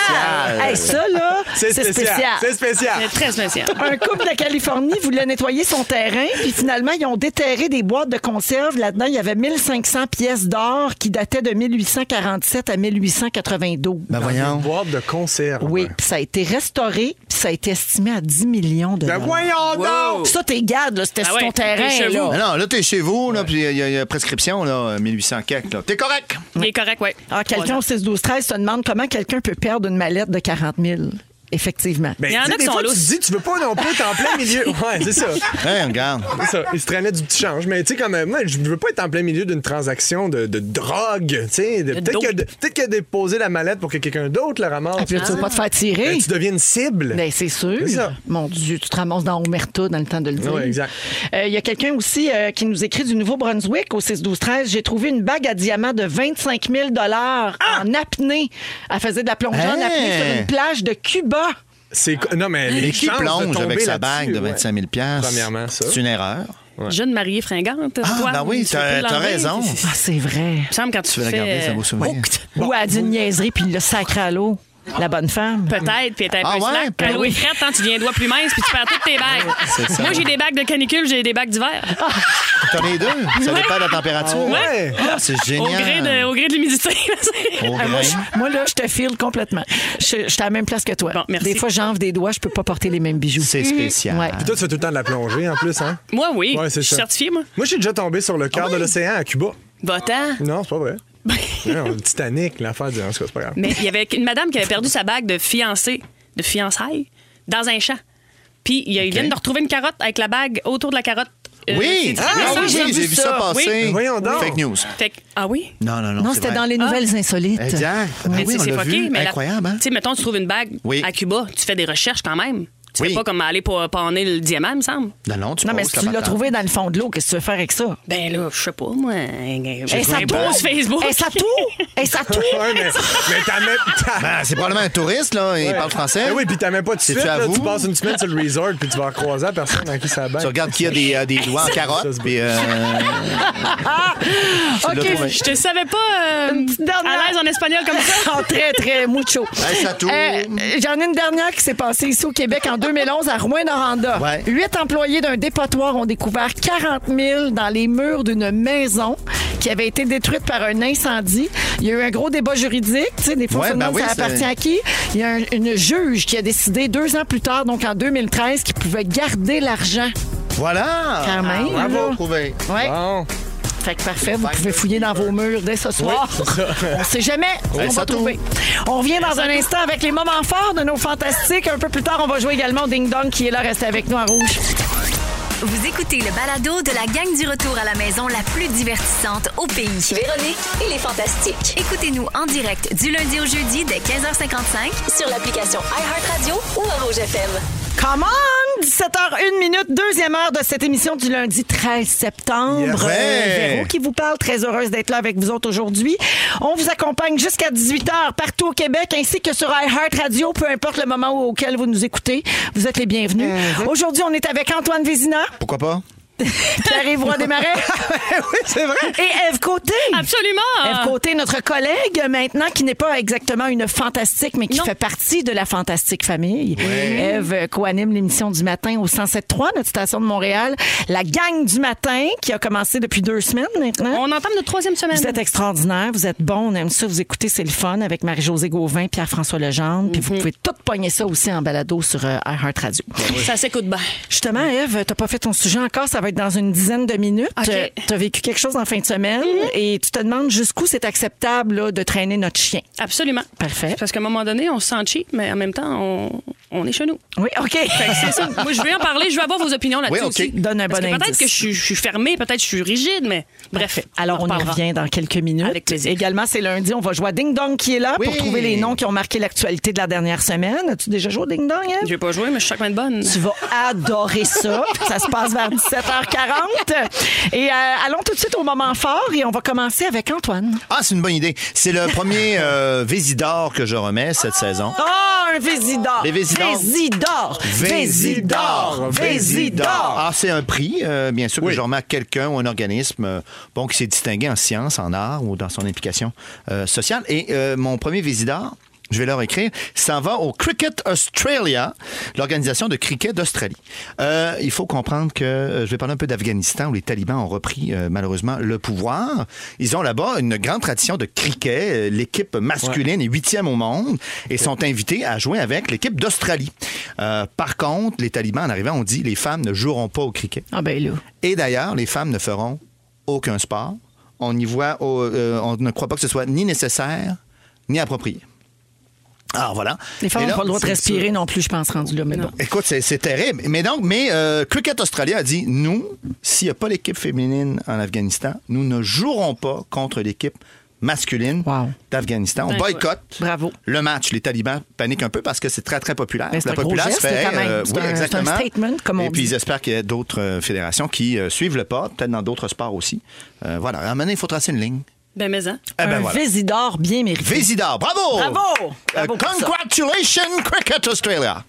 Hey, ça, là, c'est spécial.
C'est spécial.
C'est très spécial.
Un couple de la Californie voulait nettoyer son terrain, puis finalement, ils ont déterré des boîtes de conserve. Là-dedans, il y avait 1500 pièces d'or qui dataient de 1847 à 1892.
Ben
Une
voyons.
boîte de conserve.
oui, puis ça a été restauré, puis ça a été estimé à 10 millions de
Ben
dollars.
voyons donc!
Ça, t'es garde, là, c'était
Ah
sur
ouais,
ton terrain.
t'es chez
là.
vous.
Non, non, là, t'es chez vous, là, puis il y, a- il y a prescription, là, 1800 quelques, là. T'es correct!
Il est correct, oui.
Ah, quelqu'un au 6-12-13 se demande comment quelqu'un peut perdre une mallette de 40 000. Effectivement.
Ben,
Il y en
tu sais,
a qui
des
sont
fois, tu
lousses.
te dis, tu veux pas non plus être en plein milieu. Ouais, c'est ça.
Hey, Hein, regarde.
C'est ça. Il se traînait du petit change. Mais tu sais, quand même, moi, je veux pas être en plein milieu d'une transaction de, de drogue. Tu sais, de- peut-être
dope.
que, peut qu'il a déposé la mallette pour que quelqu'un d'autre la ramasse.
Ah, puis là, tu veux pas te faire tirer.
Ben, tu deviens une cible.
Ben, c'est sûr.
C'est ça.
Mon Dieu, tu te ramasses dans Omerta dans le temps de le dire.
Ouais, exact.
Euh, Il y a quelqu'un aussi euh, qui nous écrit du Nouveau-Brunswick au 6-12-13. J'ai trouvé une bague à diamants de 25 000 en apnée. Elle faisait de la plongée en
Hey!
apnée sur
Hein?
une plage de Cuba.
C'est co- non, mais les
Mais qui
chances de
plonge
tomber
avec sa
là-dessus,
bague de
ouais.
25 000 piastres?
Premièrement, ça.
C'est une erreur.
Jeune mariée fringante.
Ah,
toi,
ben oui,
tu
t'as-
peux
t'as
l'enlever.
raison.
C'est- euh, c'est-
Ah, c'est vrai.
Il me semble quand tu,
Tu veux la
fais...
garder, ça vaut souvenir.
Ou elle a dit une niaiserie puis il l'a sacré à l'eau. La bonne femme.
euh, Peut-être, puis t'es un
Ah
peu
ouais,
slack.
ben
Quand
oui.
Louis Frette, hein, tu viens doigt plus mince, puis tu perds toutes tes bagues. Moi, j'ai des bagues de canicule, j'ai des bagues d'hiver.
Ah, T'en as les deux. Ça dépend de la température.
Ouais.
Ah, c'est
Au gré de,
génial.
au gré de l'humidité. Ah,
Au grain.
Moi, là, je te file complètement. Je, je suis à la même place que toi.
Bon, merci.
Des fois, j'enfle des doigts, je peux pas porter les mêmes bijoux.
C'est spécial.
Ouais.
Puis toi, tu fais tout le temps de la plongée en plus, hein?
moi, oui.
Ouais,
je
c'est
suis
ça.
certifiée, moi. Ah
Moi, j'ai déjà tombé sur le cœur de l'océan à Cuba.
Va-t'en.
Non, c'est pas vrai.
Ben.
non, le Titanic, l'affaire du. En tout cas, c'est pas grave.
Mais il y avait une madame qui avait perdu sa bague de fiancée, de fiançailles, dans un champ. Puis il y a- ils viennent de retrouver une carotte avec la bague autour de la carotte. Euh,
Oui,
c'est-
ah,
c'est ça,
oui, j'ai vu ça
Oui. Ben
passer.
Voyons donc.
Fake news.
Fait que- ah oui?
Non, non, non.
Non,
c'est
c'était
vrai.
dans les nouvelles insolites.
Exact. Ah
Mais
oui,
tu sais,
on
c'est
l'a
fucké.
vu.
Mais la-
Incroyable, hein?
Tu sais, mettons, tu trouves une bague
Oui.
à Cuba, tu fais des recherches quand même. Tu
Oui.
fais pas comme aller pour panner le diamant, me semble.
Non, non, tu
Non, mais
poses
si
la
tu l'as
patate.
trouvé dans le fond de l'eau, qu'est-ce que tu veux faire avec ça?
Ben là, je sais pas, moi. un-
Et ça
un post Facebook.
Et ça tout! Et ça
Ouais, mais,
tout!
mais t'as même. t'as-
Ben, c'est probablement un touriste, là. Il parle français.
Ben oui, puis t'as même pas de
C'est-tu
suite.
à
là.
vous?
Tu passes une semaine sur le resort, puis tu vas en croiser la personne à qui ça bague.
Tu regardes qui a des, euh, des doigts en
Ça
carotte,
se
puis. euh, tu l'as trouvé.
Je te savais pas euh,
Une petite dernière.
à l'aise en espagnol comme ça.
En Oh, très, très mucho.
Hey, ça tourne.
Euh, J'en ai une dernière qui s'est passée ici au Québec en 2011 à Rouen-Noranda.
Ouais.
Huit employés d'un dépotoir ont découvert 40 000 dans les murs d'une maison qui avait été détruite par un incendie. Il y a eu un gros débat juridique. Tu sais, des fois,
Ouais,
on se
ben
demande
oui,
ça
c'est-
appartient à qui. Il y a un- une juge qui a décidé deux ans plus tard, donc en 2013, qu'il pouvait garder l'argent
Voilà! Ah,
quand même.
Bravo,
là.
prouvé.
Ouais.
Bon.
Fait que parfait, vous pouvez fouiller dans vos murs dès ce soir. on sait jamais, on va
ça
trouver. On revient dans un instant avec les moments forts de nos fantastiques. Un peu plus tard, on va jouer également au Ding Dong qui est là, restez avec nous en rouge.
Vous écoutez le balado de la gang du retour à la maison la plus divertissante au pays.
Véronique et les Fantastiques.
Écoutez-nous en direct du lundi au jeudi de 15h55
Sur l'application iHeartRadio ou à Rouge FM.
Come on, 17h01 minute, deuxième heure de cette émission du lundi 13 septembre.
Yes.
Euh,
Ouais.
Véro qui vous parle, très heureuse d'être là avec vous autres aujourd'hui. On vous accompagne jusqu'à 18h partout au Québec ainsi que sur iHeart Radio, peu importe le moment où- auquel vous nous écoutez. Vous êtes les bienvenus. Aujourd'hui, on est avec Antoine Vézina,
Pourquoi pas?
Pierre-Yves Roy Desmarais
Ah oui, c'est vrai.
et Eve Côté. Ève
Absolument.
Côté, notre collègue maintenant, qui n'est pas exactement une fantastique, mais qui
Non.
fait partie de la fantastique famille. Ève euh, co-anime l'émission du matin au 107.3, notre station de Montréal. La gang du matin, qui a commencé depuis deux semaines maintenant.
On entame notre troisième semaine.
Hein? Vous êtes extraordinaire, vous êtes bon, on aime ça, vous écoutez, c'est le fun avec Marie-Josée Gauvin, Pierre-François Legendre, puis
Mhm.
vous pouvez tout pogner ça aussi en balado sur euh, iHeartRadio.
Ça s'écoute bien.
Justement, Eve, t'as pas fait ton sujet encore, ça va être dans une dizaine de minutes.
OK. Mm-hmm.
Euh, T'as vécu quelque chose en fin de semaine et tu te demandes jusqu'où c'est acceptable là, de traîner notre chien.
Absolument.
Parfait.
Parce qu'à un moment donné, on se sent cheap, mais en même temps, on, on est chez nous.
Oui, OK.
Fait que c'est ça. Moi, je vais en parler, je vais avoir vos opinions là-dessus
Oui, OK.
aussi.
Donne un
Parce
bon
que Peut-être
indice.
que je, suis- je suis fermée, peut-être que je suis rigide, mais bref.
Alors, on, y
reparlera.
revient dans quelques minutes.
Avec plaisir.
Également, c'est lundi, on va jouer à Ding Dong qui est là pour
Oui.
trouver les noms qui ont marqué l'actualité de la dernière semaine. As-tu déjà joué au Ding Dong, Eve?
Je vais pas jouer, mais je suis chaque main de bonne.
Tu vas adorer ça. Ça se passe vers 17h40. Et euh, allons tout de suite au moment fort et on va commencer avec Antoine.
Ah, c'est une bonne idée. C'est le premier euh, Vésidor que je remets cette saison.
Ah, un Vésidor.
Les Vésidors.
Vésidor. Vésidor. Vésidor.
Ah, c'est un prix, euh, bien sûr, que je remets à quelqu'un ou un organisme euh, bon, qui s'est distingué en sciences, en arts ou dans son implication euh, sociale. Et euh, mon premier Vésidor, je vais leur écrire, s'en va au Cricket Australia, l'organisation de cricket d'Australie. Euh, il faut comprendre que euh, je vais parler un peu d'Afghanistan où les talibans ont repris euh, malheureusement le pouvoir. Ils ont là-bas une grande tradition de cricket. Euh, L'équipe masculine est huitième au monde et sont invités à jouer avec l'équipe d'Australie. Euh, par contre, les talibans en arrivant ont dit les femmes ne joueront pas au cricket.
Ah, ben là.
Et d'ailleurs, les femmes ne feront aucun sport. On y voit, au- euh, on ne croit pas que ce soit ni nécessaire ni approprié. Alors voilà.
Les femmes
Et là,
n'ont pas le droit de
c'est
respirer non plus, je pense, rendu là. Mais bon.
Écoute, c'est, c'est terrible. Mais donc, mais euh, Cricket Australia a dit nous, s'il n'y a pas l'équipe féminine en Afghanistan, nous ne jouerons pas contre l'équipe masculine
Wow.
d'Afghanistan. On
Ouais.
boycotte
Bravo.
le match. Les talibans paniquent un peu parce que c'est très, très populaire.
Mais c'est
La
un gros
populace
geste, quand même. C'est
oui,
un- c'est un
exactement.
statement, comme on
Et puis,
dit.
ils espèrent qu'il y a d'autres euh, fédérations qui euh, suivent le pas, peut-être dans d'autres sports aussi. Euh, voilà. À un moment donné, il faut tracer une ligne.
Ben, mais hein.
Eh ben,
un
voilà.
Vésidor bien mérité.
Vésidor, bravo!
Bravo!
Euh,
Bravo pour ça.
congratulations, Cricket Australia!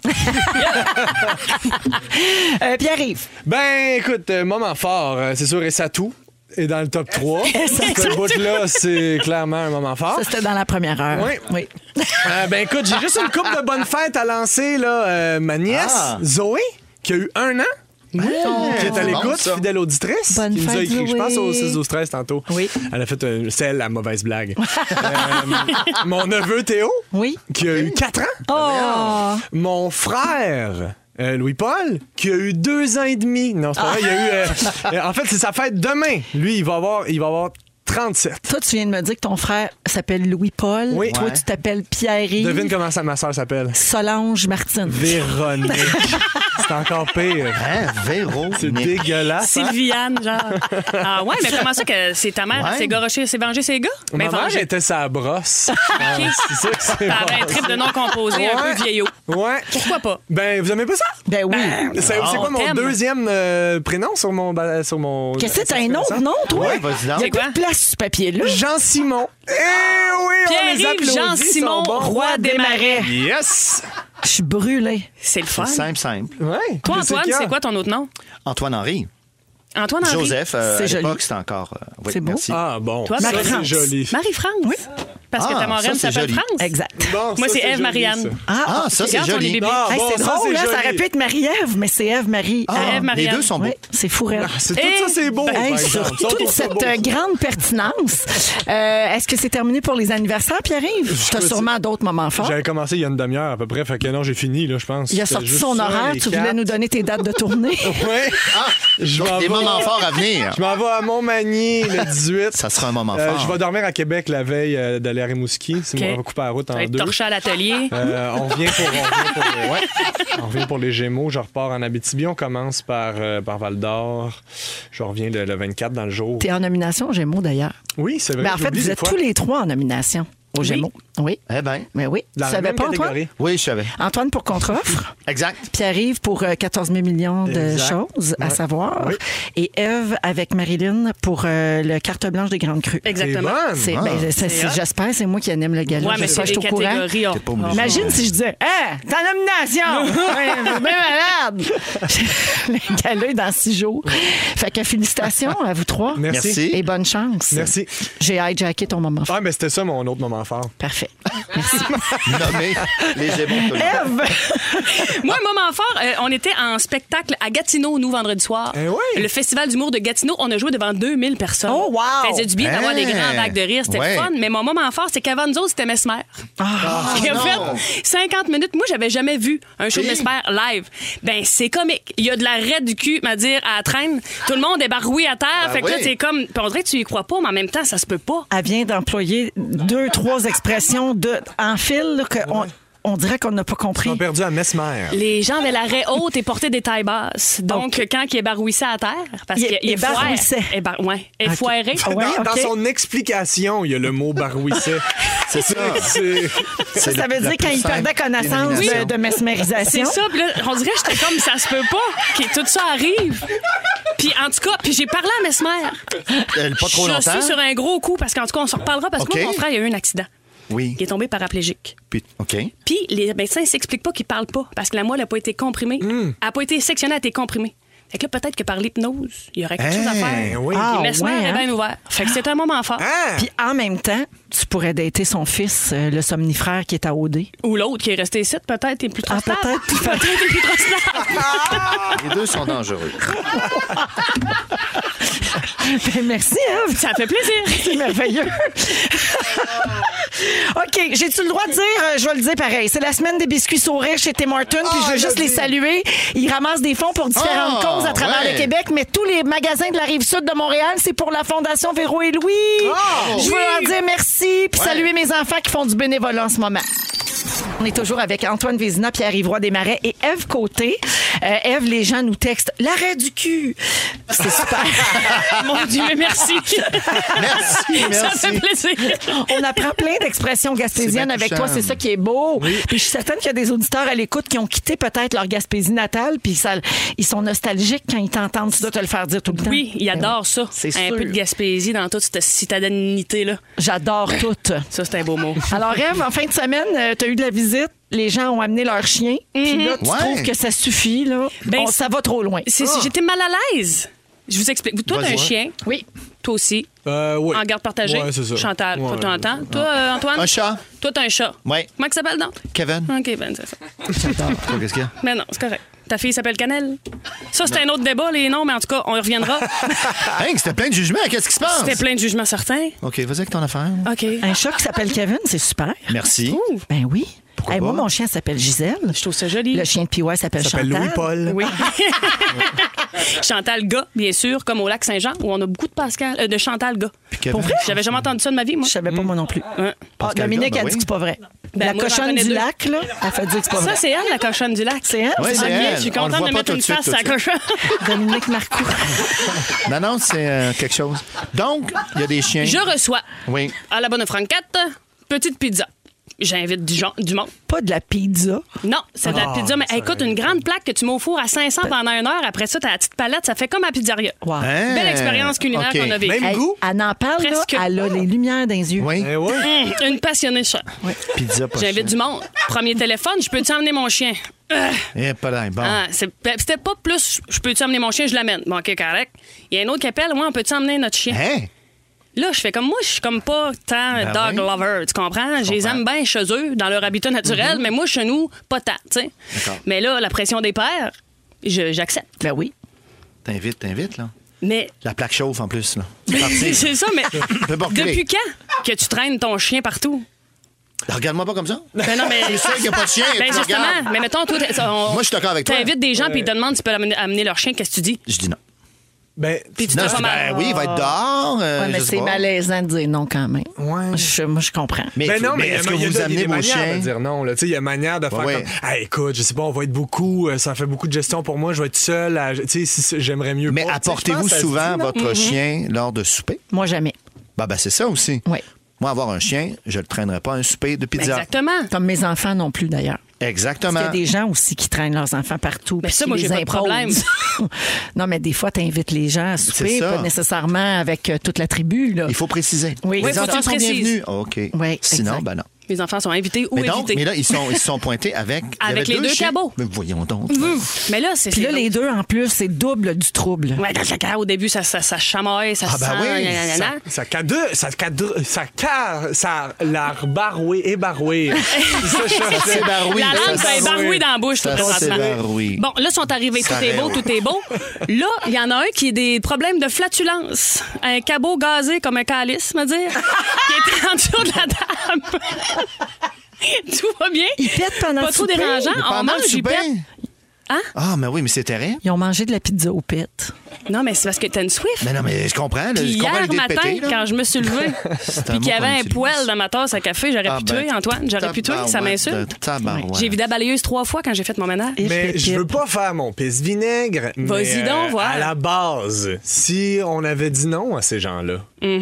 Euh, Pierre-Yves.
Ben, écoute, euh, moment fort, euh, c'est sûr, et ça tout est dans le top 3. Ce bout-là, c'est clairement un moment fort.
Ça, c'était dans la première heure.
Ah. Oui. Euh, ben écoute, j'ai juste une coupe de bonne fête à lancer là, euh, ma nièce
Ah.
Zoé qui a eu un an. Qui est à
C'est bon,
l'écoute,
ça.
fidèle auditrice,
Bonne
qui nous a
fête,
écrit, je pense, au
Zoé.
6 12 13 tantôt.
Oui.
Elle a fait euh, celle, la mauvaise blague. Euh, mon neveu Théo,
Oui.
qui a eu 4 ans.
Oh!
Mon frère. euh, Louis-Paul, qui a eu deux ans et demi. Non, c'est pas vrai, il a eu. euh,
Ah.
euh, en fait, c'est sa fête demain. Lui, il va avoir, il va avoir 37.
Toi, tu viens de me dire que ton frère s'appelle Louis-Paul.
Oui.
Toi,
Ouais.
tu t'appelles Pierre-Yves.
Devine comment ça, ma soeur s'appelle.
Solange Martine.
Véronique. c'est encore pire.
Hein, Véro?
C'est
Nick.
dégueulasse. hein?
Sylviane, genre. Ah ouais, mais comment ça que c'est ta mère,
Ouais.
elle s'est gorochée, s'est vengée, ses gars?
Ma
Ben,
mère
vengée.
était sa brosse. Ah, c'est ça que c'est
T'avais un
passé.
trip de non composé, un
Ouais.
peu vieillot.
Ouais.
Pourquoi pas? Ah,
Ben, vous aimez pas ça?
Ben oui.
C'est c'est quoi mon
t'aime.
deuxième euh, prénom sur mon. ba- sur mon
Qu'est-ce que c'est?
sur
T'as un
ça?
autre nom, toi?
Ouais, vas-y donc.
C'est
Pas
quoi?
de place sur ce papier-là.
Jean-Simon. Eh oui, on les
Pierre-Yves
applaudit,
Jean-Simon
ils sont bons.
Roy des Marais.
Yes!
Je suis brûlée.
C'est le fun.
Simple, simple.
Ouais.
Toi, Antoine,
Jessica.
c'est quoi ton autre nom?
Antoine Henry.
Antoine Henry.
Joseph, euh,
C'est
à
joli.
l'époque, c'était encore. euh, oui,
C'est beau.
merci.
Ah bon,
Toi,
ça c'est
Marie-France.
joli.
Marie-France. Oui. Parce que
Ah,
ta
ça,
marraine
c'est
s'appelle
joli.
France.
Exact.
Bon,
Moi,
ça,
c'est Ève
joli,
Marianne.
ça.
Ah, ça, c'est
Regarde, on est
joli.
bébés.
Ah,
Hey,
bon,
c'est drôle,
hein,
c'est
là, ça
joli.
aurait pu être Marie-Ève, mais c'est Ève-Marie.
Ah,
Ève
les
Marianne.
deux sont beaux.
Ouais, c'est fou, elle.
Ah, C'est tout
Et-
ça, c'est beau.
Ben,
par
Hey,
exemple.
sur
Ça,
toute
on trouve ça
cette
beau, ça.
euh, grande pertinence, euh, est-ce que c'est terminé pour les anniversaires, Pierre-Yves? T'as
sais pas
sûrement d'autres moments forts.
J'avais commencé il y a une demi-heure à peu près, fait que non, j'ai fini, là, je pense.
Ah. Il a
C'était
sorti
juste
son
ça,
horaire,
les
tu voulais
quatre.
nous donner tes dates de tournée.
Ouais.
Ah,
Je m'en
des
vais.
moments forts à venir.
Je m'en vais à Montmagny le 18.
Ça sera un moment
Euh,
fort.
je vais dormir à Québec la veille euh, d'aller à Rimouski. Si
Ok.
on va couper la route
Ça
en
va être
deux.
torché à l'atelier.
Euh, on revient pour, on revient pour, les- ouais. On revient pour les Gémeaux. Je repars en Abitibi. On commence par, euh, par Val d'Or. Je reviens le, le 24 dans le jour.
T'es en nomination, Gémeaux d'ailleurs.
Ben Oui, c'est vrai.
Mais Ben, en fait,
j'oublie
vous
des
êtes
fois.
tous les trois en nomination. au Gémeaux. Oui.
Eh bien.
Mais oui.
Dans
tu
la
savais
même
pas,
catégorie.
Antoine?
Oui, je savais.
Antoine pour contre-offre.
Exact.
Puis arrive pour euh, 14 000 millions de
Exact.
choses à
Ouais.
savoir.
Oui.
Et Eve avec Marilyn pour euh, le carte blanche des Grandes Crues.
Exactement.
C'est-
Ah.
ben, c'est- c'est-
hot.
J'espère, c'est moi qui anime le gala.
Ouais,
Je
mais
sais
c'est
pas, je
des
suis au courant.
catégories.
T'es pas
on-
obligé.
Imagine si je disais, hein, ta nomination! Ouais, ben malade! le gala est dans six jours. Fait que félicitations à vous trois.
Merci.
Merci.
Et bonne chance.
Merci.
J'ai hijacké ton moment.
Ah, mais c'était ça mon autre moment fort.
Parfait.
Nommé les Gémeaux. tout le monde.
Eve!
Moi, un moment fort, euh, on était en spectacle à Gatineau, nous, vendredi soir.
Eh oui.
Le Festival d'humour de Gatineau, on a joué devant 2000 personnes.
Oh, wow.
Ça faisait du bien d'avoir
Hey.
des
Hein?
grands vagues de rire, c'était le
Ouais.
fun. Mais mon moment fort, c'est qu'avant nous autres, c'était Mesmer. Qui a
Ah, non.
fait 50 minutes. Moi, j'avais jamais vu un show de
Oui.
Mesmer live. Ben, c'est comique. Il y a de la raide du cul, à dire, à la traîne. Tout le monde est baroué à terre.
Ben
fait que là,
oui.
c'est comme. puis on dirait que tu y crois pas, mais en même temps, ça se peut pas.
Elle vient d'employer deux, trois expressions de, en fil là, que on, on dirait qu'on n'a pas compris.
On a perdu à Mesmer.
Les gens avaient la raie haute et portaient des tailles basses. Donc, quand il ébarouissait à terre, parce
Il-
qu'il
il
est foiré.
ébarouissait.
Ébar- ouais, est
Ok.
foiré.
Ah ouais,
dans, dans
ok.
son explication, il y a le mot barouisset. c'est ça. C'est
Ça, ça veut
la
dire quand
plus
il perdait
simple
connaissance de,
dénomination.
de mesmérisation.
C'est ça, puis là, on dirait que j'étais comme ça se peut pas que tout ça arrive. Puis en tout cas, puis j'ai parlé à Mesmer.
Euh, Pas trop
Je
longtemps.
suis sur un gros coup parce qu'en tout cas, on s'en reparlera parce
Ok.
que moi, mon frère, il y a eu un accident.
Oui.
Il est tombé paraplégique.
Puis- OK.
Puis les médecins ne s'expliquent pas qu'ils parlent pas parce que la moelle n'a pas été comprimée.
Hmm.
Elle n'a pas été sectionnée, elle a été comprimée. Fait que là, peut-être que par l'hypnose, il y aurait quelque chose à
Hey,
faire.
oui.
Puis
Ah,
Mesmer
ouais,
est
hein?
bien ouvert. Fait que c'est un moment fort.
Ah!
Puis en même temps, tu pourrais dater son fils, euh, le somnifrère qui est à OD.
Ou l'autre qui est resté ici, peut-être, est plus
Ah,
transport.
peut-être. puis fait-
Peut-être est plus transport.
Les deux sont dangereux.
Ben, merci, Eve.
Ça fait plaisir.
C'est merveilleux. OK, j'ai-tu le droit de dire? Euh, Je vais le dire pareil. C'est la semaine des biscuits souris chez Tim Hortons, puis Oh, je veux juste les saluer. Ils ramassent des fonds pour différentes
Ah,
causes à travers
ouais.
le Québec, mais tous les magasins de la rive sud de Montréal, c'est pour la Fondation Véro et Louis. je veux leur dire merci, puis
Ouais.
saluer mes enfants qui font du bénévolat en ce moment. On est toujours avec Antoine Vézina, Pierre-Yvroy Desmarais et Eve Côté. Euh, Eve, les gens nous textent l'arrêt du cul. C'est super.
Mon Dieu, mais merci.
Merci,
Ça
merci.
fait plaisir.
On apprend plein d'expressions gaspésiennes
C'est bien
avec toi,
touchant.
c'est ça qui est beau. Puis je suis certaine qu'il y a des auditeurs à l'écoute qui ont quitté peut-être leur Gaspésie natale, puis ça- ils sont nostalgiques quand ils t'entendent. Tu dois te le faire dire tout le temps. Ben
Oui, il adore ça.
C'est
un
sûr.
peu de Gaspésie dans toute cette citadinité-là.
J'adore tout.
Ça, c'est un beau mot.
Alors, Eve, en fin de semaine, tu as eu de la visite. Les gens ont amené leur chien. Puis là, tu
Ouais.
trouves que ça suffit, là.
Mhm. Ben,
On- ça va trop loin.
C'est- c'est- J'étais mal à l'aise. Je vous explique. Vous, Toi, t'as
Vas-y,
un
ouais.
chien.
Oui.
Toi aussi.
Euh, oui.
En garde partagée.
Ouais, c'est ça.
Chantal,
Ouais.
toi, tu entends. Toi, euh, Antoine.
Un chat.
Toi, t'as un chat.
Ouais.
Comment il s'appelle, donc?
Kevin.
OK, ben, c'est ça.
Quoi, Qu'est-ce qu'il y a?
Mais non, c'est correct. Ta fille s'appelle Canel. Ça, c'est un autre débat, les noms, mais en tout cas, on y reviendra.
Hey, c'était plein de jugements. Qu'est-ce qui se passe?
C'était plein de jugements certains.
OK, vas-y avec ton affaire.
OK.
Un chat qui s'appelle Kevin, c'est super.
Merci.
Ben oui.
Pourquoi
Hey, moi,
pas?
mon chien s'appelle Gisèle.
Je trouve ça joli.
Le chien de PY s'appelle
s'appelle
Chantal.
Louis-Paul.
Oui.
Chantal Gars, bien sûr, comme au lac Saint-Jean, où on a beaucoup de Pascal, euh, de Chantal Gars.
Kevin.
J'avais jamais entendu ça de ma vie, moi.
Je savais pas moi non plus.
Ouais.
Ah,
Pascal
Dominique
Gars,
a
ben
dit
oui.
que c'est pas vrai.
Ben,
la
moi, j'en
cochonne
connais
du
deux.
lac, là, elle fait dire que c'est pas
Ça,
vrai.
c'est elle, la cochonne du lac.
C'est elle?
Ouais,
Ok,
c'est elle.
je suis
On le voit
contente de
pas
mettre
tout
une
de suite,
face
tout de
à la cochonne.
Dominique Marcoux.
Non, non, c'est euh, quelque chose. Donc, il y a des chiens.
Je reçois
Oui.
à la bonne franquette, petite pizza. J'invite du, gens- du monde.
Pas de la pizza.
Non, c'est de la
Ah,
pizza. Mais écoute, une grande plaque que tu mets au four à 500 pendant une heure. Après ça, t'as la petite palette. Ça fait comme à la pizzeria.
Wow.
Hein?
Belle expérience culinaire
OK.
qu'on a vécue.
Même goût.
Elle en parle, là,
Presque.
elle a les lumières dans les yeux.
Oui,
Eh ouais.
Hum, Une passionnée de chat.
pizza pas
J'invite du monde. Premier téléphone, je peux-tu emmener mon chien? Euh,
Eh, pas d'ail. Bon.
Ah, c'est- ben, c'était pas plus, je peux-tu emmener mon chien, je l'amène. Bon, OK, correct. Il y a un autre qui appelle, moi, on peut-tu emmener notre chien?
Hein?
Là, je fais comme moi, je suis comme pas tant
Ben
dog
oui.
lover, tu comprends? Je les
comprends. Mhm.
aime bien chez eux, dans leur habitat naturel, mais moi, chez nous, pas tant, tu sais.
D'accord.
Mais là, la pression des pères, je- j'accepte.
Ben oui.
T'invites, t'invites, là.
Mais
La plaque chauffe en plus, là.
c'est ça, mais
peux pas reculer.
depuis quand que tu traînes ton chien partout?
Regarde-moi pas comme ça.
Ben non, mais.
C'est sûr qu'il y a pas de chien,
Ben
tu me
justement,
regardes.
mais mettons, toi, t'es- on-
Moi, je suis d'accord avec toi.
T'invites des gens, puis ils te demandent si tu peux amener, amener leur chien, qu'est-ce que tu dis?
Je dis non.
Ben,
Puis tu te
Non,
fais
je
pas
dis,
mal. Ah.
ben oui, il va être dehors. euh,
Ouais, mais
je sais
c'est
pas.
malaisant de dire non quand même.
Ouais.
Je- moi, je comprends.
Mais,
Ben
tu-
non,
mais
mais
est-ce que
il y a-
vous
il y a
amenez
des
vos
manières
chiens?
de dire non, là. Tu sais, il y a manière de faire
Ouais, ouais.
comme, Ah, écoute, je sais pas, on va être beaucoup, euh, ça fait beaucoup de gestion pour moi, je vais être seul, à- tu sais, si- si- j'aimerais mieux.
Mais
pas. Tu sais, je
apportez-vous
Mm-hmm.
pense que ça se
souvent
dit, là.
votre chien lors de souper?
Moi, jamais.
Ben, ben c'est ça aussi.
Oui.
Moi, avoir un chien, je le traînerai pas à un souper de pizza.
Ben, Exactement.
Comme mes enfants non plus, d'ailleurs. Ben,
Exactement.
Parce qu'il y a des gens aussi qui traînent leurs enfants partout.
Mais
puis
ça,
qui
moi,
les
j'ai pas de problème.
imposent. non, mais des fois, tu invites les gens à souper,
C'est ça.
pas nécessairement avec euh, toute la tribu. Là.
Il faut préciser.
Oui. Oui,
les
faut
enfants
qu'on
sont
précise.
bienvenus. OK.
Oui,
Sinon,
exact.
ben non.
Mes enfants sont invités ou
Mais donc,
invités.
mais là, ils sont, ils se sont pointés avec, il y
Avec
avait
les deux
chiens.
cabots.
Mais voyons donc.
Mais là, c'est.
Puis là,
c'est-
les deux, en plus, c'est double du trouble.
Ouais, dans le caca, au début, ça, ça, ça chamaille, ça
Ah, ben
sent.
oui,
nanana.
Ça, ça cadre, ça cadre, ça car, ça l'art baroué et baroué. Ça, je-
C'est baroui.
La langue
Ça,
s'est
c'est-
barouée dans la bouche,
Ça,
tout
c'est
présentement.
baroui.
Bon, là, ils sont arrivés,
Ça
tout est beau,
règle.
tout est beau. Là, il y en a un qui a des problèmes de flatulence. Un cabot gazé comme un calice, me dire, qui était en dessous de la dame. tout va bien?
Ils pètent pendant
Pas
le
trop
souper.
dérangeant.
Mais
On
pendant le
mange, ils
souper?
pètent. Hein?
Ah, mais oui, mais c'est terrible.
Ils ont mangé de la pizza aux pètes.
Non, mais c'est parce que t'as une Swift.
Mais non, mais je comprends. là,
Puis
je comprends
hier
l'idée de
matin,
péter, là.
quand je me suis levée,
C'est un
puis qu'il
mot
y avait
qu'on
un
utilise.
poêle dans ma tasse à café, j'aurais
Ah,
pu
ben,
tuer, Antoine. J'aurais pu tuer, ça
tabarouette, euh,
m'insulte.
tabarouette.
J'ai vidé la balayeuse trois fois quand j'ai fait mon ménage.
Et
Mais je veux pas faire mon pisse vinaigre. mais,
Vas-y donc,
euh,
voir.
À la base, si on avait dit non à ces gens-là,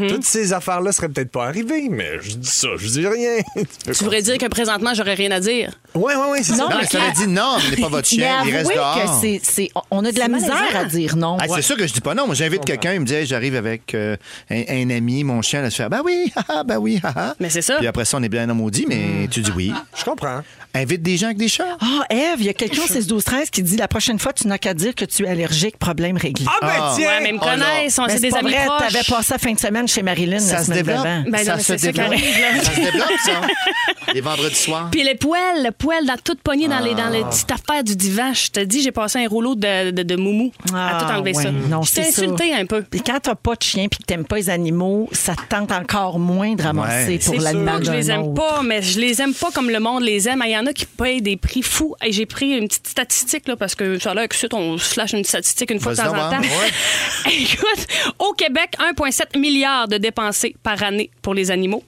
toutes ces affaires-là seraient peut-être pas arrivées, mais je dis ça, je dis rien.
Tu voudrais dire que présentement, j'aurais rien à dire.
Ouais, ouais, ouais, c'est ça.
Non, mais je t'avais dit non, mais n'est pas votre
Il
chien,
a
il reste
avoué
dehors.
que c'est- c'est- on a de la misère à dire non.
Ah, C'est sûr que je dis pas non. Moi, j'invite quelqu'un, il me dit Hey, j'arrive avec euh, un, un ami, mon chien, là, je fais Ah, ben oui, haha, ben oui, haha.
Mais c'est ça.
Puis après ça, on est bien dans maudit, mais tu dis oui.
Je comprends.
Invite des gens avec des chats.
Ah, Eve, il y a quelqu'un au 16-12-13 qui dit la prochaine fois, tu n'as qu'à dire que tu es allergique, problème réglé.
Ah, ben
Ah.
tiens!
Ouais, mais ils me
Oh là.
connaissent, on
Mais
c'est
c'est
des
pas
amis
vrai,
proches.
t'avais passé la fin de semaine chez Marilyn la
Ça se
semaine
développe.
d'avant.
Ben non,
ça
mais
se
c'est ça qui
développe.
arrive, là.
Ça se développe, ça. Les vendredis soirs.
Puis les poêles, le poêle dans toute poignée dans les dans
Ah.
les petites affaires du divan. Je te dis, j'ai passé un rouleau de, de, de moumou à tout
Ah,
enlever
ouais.
ça.
Non,
je t'ai
c'est ça.
insulté un peu.
Puis quand t'as pas de chien puis que t'aimes pas les animaux, ça te tente encore moins de ramasser
Ouais.
pour
C'est sûr
l'animal
que je
d'un
les aime
autre.
pas, mais je les aime pas comme le monde les aime. Il y en a qui payent des prix fous. Et j'ai pris une petite statistique, là, parce que ça là, que suite, on se lâche une statistique une fois de
Vas-y
temps en
donc,
temps.
hein?
Écoute, au Québec, 1,7 milliard de dépensés par année pour les animaux.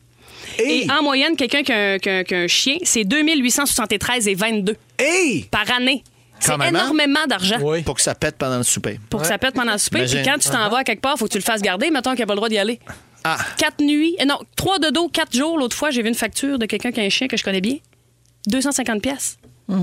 Et,
Hey!
en moyenne, quelqu'un qui a un, qui a un- qui a un chien, c'est 2873 et 22
Hey!
par année. C'est
Quand même, hein?
énormément d'argent
Oui.
Pour que ça pète pendant le souper.
pour que ça pète pendant le souper. Puis
Imagine.
quand tu t'en vas à quelque part, faut que tu le fasses garder. Mettons qu'il n'y a pas le droit d'y aller.
Ah.
Quatre nuits. eh Non, trois de dos, quatre jours. L'autre fois, j'ai vu une facture de quelqu'un qui a un chien que je connais bien. 250 pièces.
Ah!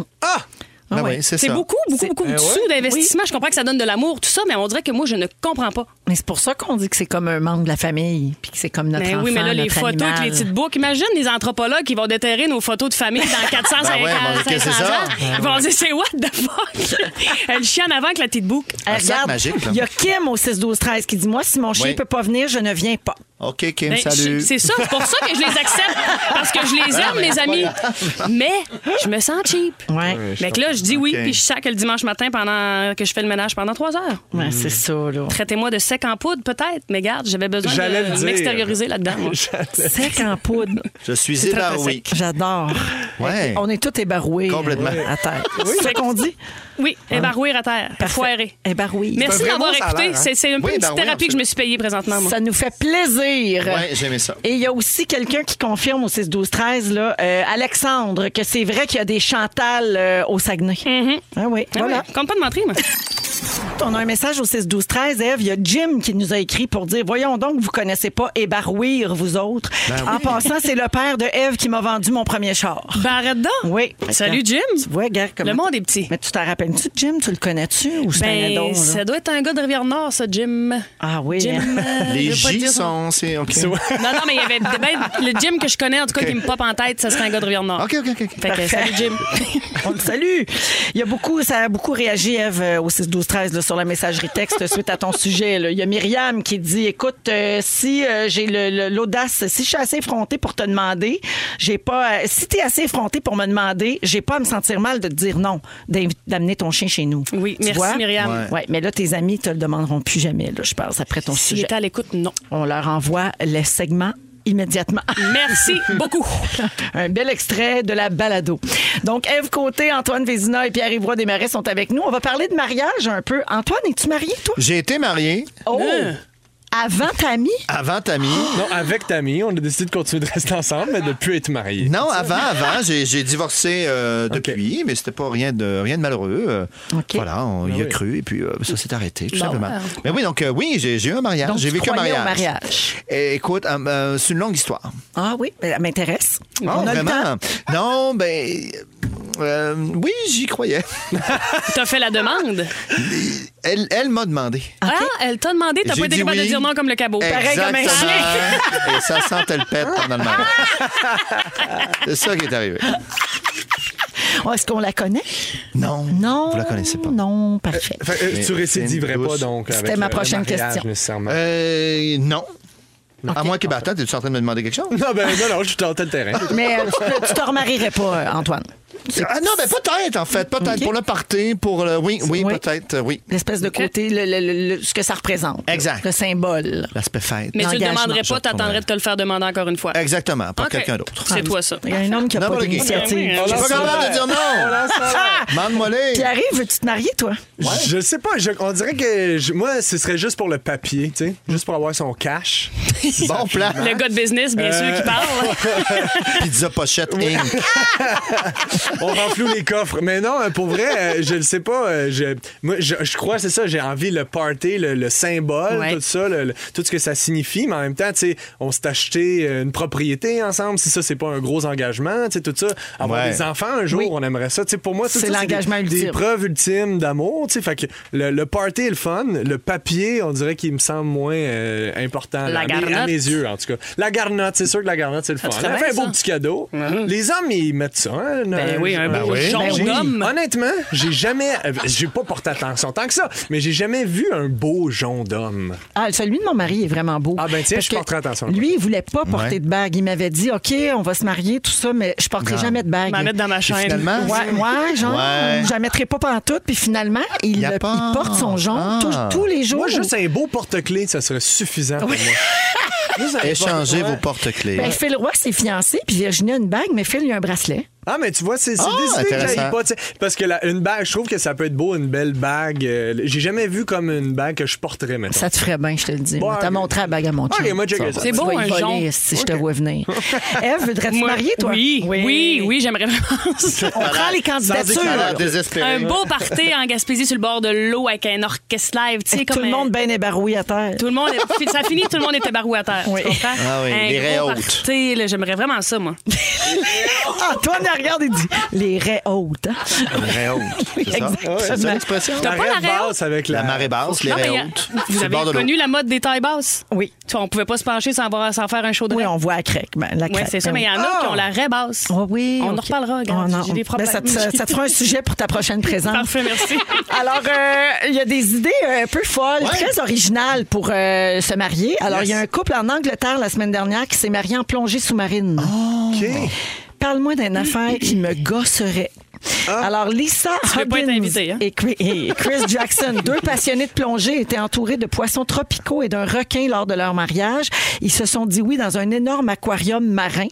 Ben
Ah ouais.
oui, c'est
C'est
ça.
beaucoup, beaucoup, beaucoup de
Eh ouais.
sous d'investissement. Je comprends que ça donne de l'amour, tout ça, mais on dirait que moi, je ne comprends pas.
Mais c'est pour ça qu'on dit que c'est comme un membre de la famille puis que c'est comme notre
mais
enfant,
Ben oui, mais là, les
notre
photos
animal.
avec les petites boucles. Imagine les anthropologues qui vont déterrer nos photos de famille dans 450
Ben ouais, ils vont dire,
500
qu'est-ce que c'est ça?
ans.
Ah
Ils vont dire, c'est what the fuck? le chien en avant avec la petite boucle.
Eh,
Un sac
regarde,
magique, là.
il y a Kim au 6-12-13 qui dit Moi, si mon chien
Oui.
peut pas venir, je ne viens pas.
OK, Kim,
Ben,
salut. Ah,
je- C'est ça, c'est pour ça que je les accepte, parce que je les aime, mes amis. Mais je me sens cheap.
Ouais.
Mais que là, je dis oui,
Ok.
puis je sac le dimanche matin pendant que je fais le ménage pendant trois heures.
Ouais, Ben, c'est ça, là.
Traitez-moi de sec en poudre, peut-être, mais garde, j'avais besoin
J'allais le
de
dire.
m'extérioriser là-dedans. moi.
Sec en poudre.
Je suis
C'est très
ébaroui.
sec. J'adore.
Ouais.
On est tous ébaroués.
Complètement.
euh, À terre. C'est ça qu'on dit?
Oui,
Hein?
ébarouir à terre, foiré.
Ébaroué.
Merci
C'est un vrai
d'avoir
mot, ça a
écouté.
l'air, hein?
C'est c'est un peu
Oui,
une
ben
petite
oui,
thérapie que je me suis payée présentement, moi.
Ça nous fait plaisir.
Ouais, j'aimais ça.
Et il y a aussi quelqu'un qui confirme au 6-12-13, là, euh, Alexandre, que c'est vrai qu'il y a des Chantal euh, au Saguenay. Ah oui,
Ah
voilà.
ouais, Compte pas de mentir, moi.
On a un message au 6-12-13. Eve, il y a Jim qui nous a écrit pour dire Voyons donc, vous connaissez pas Ébarouir, vous autres. En passant, c'est le père de Eve qui m'a vendu mon premier char.
Ben, arrête donc.
Oui.
Salut, Jim.
Tu vois, regarde comment.
Le monde est petit.
Mais tu t'en rappelles-tu de Jim? Tu le connais-tu ou c'est un
Ben,
adon, là?
ça doit être un gars de Rivière-Nord, ça, Jim.
Ah oui.
Jim,
hein?
euh,
Les
je veux pas
J
dire son-
sont. C'est OK.
Non, non, mais il y avait ben, le Jim que je connais, en tout cas, qui me pop en tête, ça serait un gars de Rivière-Nord.
OK, OK, OK. OK.
Fait que, salut, Jim.
On le salue. Il y a beaucoup, ça a beaucoup réagi, Eve, euh, au 6-12-13 là, sur la messagerie texte suite à ton sujet. là. Il y a Myriam qui dit Écoute, euh, si euh, j'ai le- le- l'audace, si je suis assez effrontée pour te demander, j'ai pas. euh, si tu es assez effrontée pour me demander, j'ai pas à me sentir mal de te dire non, d'invi- d'amener ton chien chez nous.
Oui,
Tu
merci,
vois?
Myriam.
Ouais.
Ouais, mais là, tes amis te le demanderont plus jamais, là, je pense, après ton
S'il
sujet.
était à l'écoute, non.
On leur envoie les segments immédiatement.
Merci beaucoup.
Un bel extrait de la balado. Donc, Eve Côté, Antoine Vézina et Pierre-Yves Roy Desmarais sont avec nous. On va parler de mariage un peu. Antoine, es-tu marié, toi?
J'ai été marié.
Oh! Avant Tammy?
Avant Tammy.
Non, avec Tammy, on a décidé de continuer de rester ensemble, mais de plus être mariés.
Non, avant, avant, j'ai j'ai divorcé euh,
Ok.
depuis, mais c'était pas rien de rien de malheureux. euh,
Ok.
Voilà, on y a
oui.
cru et puis euh, ça s'est arrêté tout
Bon.
simplement. Mais oui, donc euh, oui, j'ai j'ai eu un mariage,
Donc,
j'ai
tu
vécu un
croyais
mariage.
au mariage.
Et, écoute, euh, euh, c'est une longue histoire.
Ah oui, elle m'intéresse.
Ah,
On a le temps.
vraiment. Non, ben euh, oui, j'y croyais.
T'as fait la demande.
Elle, elle m'a demandé.
Ah, elle t'a demandé, t'as
J'ai
pas été
dit
capable de
oui.
dire non comme le cabot.
Pareil comme un
Exactement. Et ça sentait le pète pendant le mariage. C'est ça qui est arrivé.
Oh, Est-ce qu'on la connaît?
Non.
Non.
Vous la connaissez pas.
Non, parfait.
Fait que, euh,
Mais
tu récidiverais
c'est une
pas,
douce.
donc.
C'était
avec euh,
ma
le- le
prochaine
mariage,
question.
nécessairement.
Euh, non. À
Ok.
moins que, ben, attends, es-tu en train de me demander quelque chose?
Non, ben non, non, je tentais le terrain.
Mais euh, tu tu te remarierais pas, euh, Antoine.
Ah non, mais peut-être, en fait. Peut-être
Ok.
pour le party, pour le. Oui, oui,
Oui.
peut-être, euh, oui.
L'espèce de côté, le- le- le- ce que ça représente.
Exact.
Le symbole.
L'aspect fête.
Mais tu le
L'engagement,
demanderais
je
pas, t'attendrais de te le faire demander encore une fois.
Exactement, pour
Ok.
quelqu'un d'autre.
C'est toi, ça. Ben hein.
Il y a un homme qui n'a
Non,
pas
mais le gay.
d'initiative.
Je suis pas capable de dire non. Demande-moi les.
Pierre, veux-tu te marier, toi?
Je sais pas, je- on dirait que je- moi, ce serait juste pour le papier, tu sais, juste pour avoir son cash.
Bon plan.
Le gars de business, bien sûr, qui parle.
Pizza Pochette Inc.
On renfloue les coffres. Mais non, euh, pour vrai, euh, je le sais pas. euh, Je, moi, je, je crois, c'est ça, j'ai envie le party, le, le symbole,
Ouais.
tout ça, le- le- tout ce que ça signifie. Mais en même temps, tu sais, on s'est acheté euh, une propriété ensemble. Si ça, c'est pas un gros engagement, tu sais, tout ça. Avoir
Ouais.
des enfants un jour,
Oui.
on aimerait ça. Tu sais, pour moi, tout
C'est
ça,
l'engagement
des,
ultime.
des preuves ultimes d'amour. tu sais. Fait que le, le party est le fun. Le papier, on dirait qu'il me semble moins euh, important.
La
à mes- à
garnotte.
mes yeux, en tout cas. La garnotte, c'est sûr que la garnotte, c'est le fun.
tu
On
fais
a
bien
fait un beau
ça. Mm-hmm.
petit cadeau. Les hommes, ils mettent ça. hein,
Ben oui, un
euh,
beau
oui.
jonc
Ben
j'ai-
d'homme.
Honnêtement, j'ai jamais. euh, J'ai pas porté attention tant que ça, mais j'ai jamais vu un beau jonc d'homme.
Ah, celui de mon mari est vraiment beau.
Ah, ben tiens,
Parce
je
que
porterai attention.
Lui, il voulait pas porter
Ouais.
de bague. Il m'avait dit, OK, on va se marier, tout ça, mais je porterai jamais de bague.
M'en mettre dans ma chaîne.
Finalement.
Ouais, ouais, genre,
Ouais.
je la mettrai pas pantoute. Puis finalement, il,
Il la
le- il
porte.
porte son
Ah.
genre tous- tous
Oh.
les jours.
Moi, juste un beau porte-clés, ça serait suffisant pour moi. Juste un
Échangez
porte-
vos
ouais.
porte-clés.
Ben, Phil Roy s'est fiancé, puis Virginie a une bague, mais Phil, il a un bracelet.
Ah, mais tu vois, c'est c'est
Ah,
décidé que j'aille
intéressant.
pas. tu sais, Parce que la- une bague, je trouve que ça peut être beau, une belle bague. euh, j'ai jamais vu comme une bague que je porterais maintenant.
Ça te ferait bien, je te le dis.
Bon,
On t'a
ok.
montré la bague à mon
Ok,
chum.
moi, checker
Ça,
ça.
C'est
tu
beau,
vas y
un
voler,
jonc.
si je te vois venir. Eve, voudrais-tu te
Moi-
marier, toi?
Oui, oui, oui, j'aimerais vraiment ça.
On prend les
Ça a l'air
candidatures.
désespéré.
Un beau party en Gaspésie sur le bord de l'eau avec un orchestre live, tu sais, comme
Tout le
un-
monde bien ébaroui à terre.
Tout le monde, ça finit, tout le monde était baroué à terre.
Oui.
Tu comprends?
Ah oui,
un
les raies
gros
hautes.
party, là, j'aimerais vraiment ça, moi.
Antoine, elle regarde et dit Les raies hautes. hein?
Marée haute. C'est ça?
exactement.
C'est ça l'expression?
T'as pas la
raie
raie
basse avec la,
La marée basse, les
Non, mais
raies
y a-
hautes.
Vous
C'est le bord de
avez
l'eau.
connu la mode des tailles basses?
Oui.
Tu vois, on pouvait pas se pencher sans, avoir, sans faire un show de
Oui,
raie.
on voit la craque. ben, la
Oui,
craque,
c'est ça,
ben
mais il y en
oui.
a qui ont la raie basse.
Ah oui,
On en
ok.
reparlera,
Oh,
regarde.
non.
J'ai des
Ben,
problèmes.
ça, te, ça te fera un sujet pour ta prochaine présence.
Parfait, merci.
Alors, euh, il y a des idées euh, un peu folles, très originales pour euh, se marier. Alors, il y a un couple en Angleterre la semaine dernière qui s'est marié en plongée sous-marine.
Oh.
OK.
Oh.
Parle-moi d'une affaire qui me gosserait. Alors, Lisa
peux Ah. pas être
Huggins
invitée, hein?
et Chri- et Chris Jackson, deux passionnés de plongée, étaient entourés de poissons tropicaux et d'un requin lors de leur mariage. Ils se sont dit oui dans un énorme aquarium marin.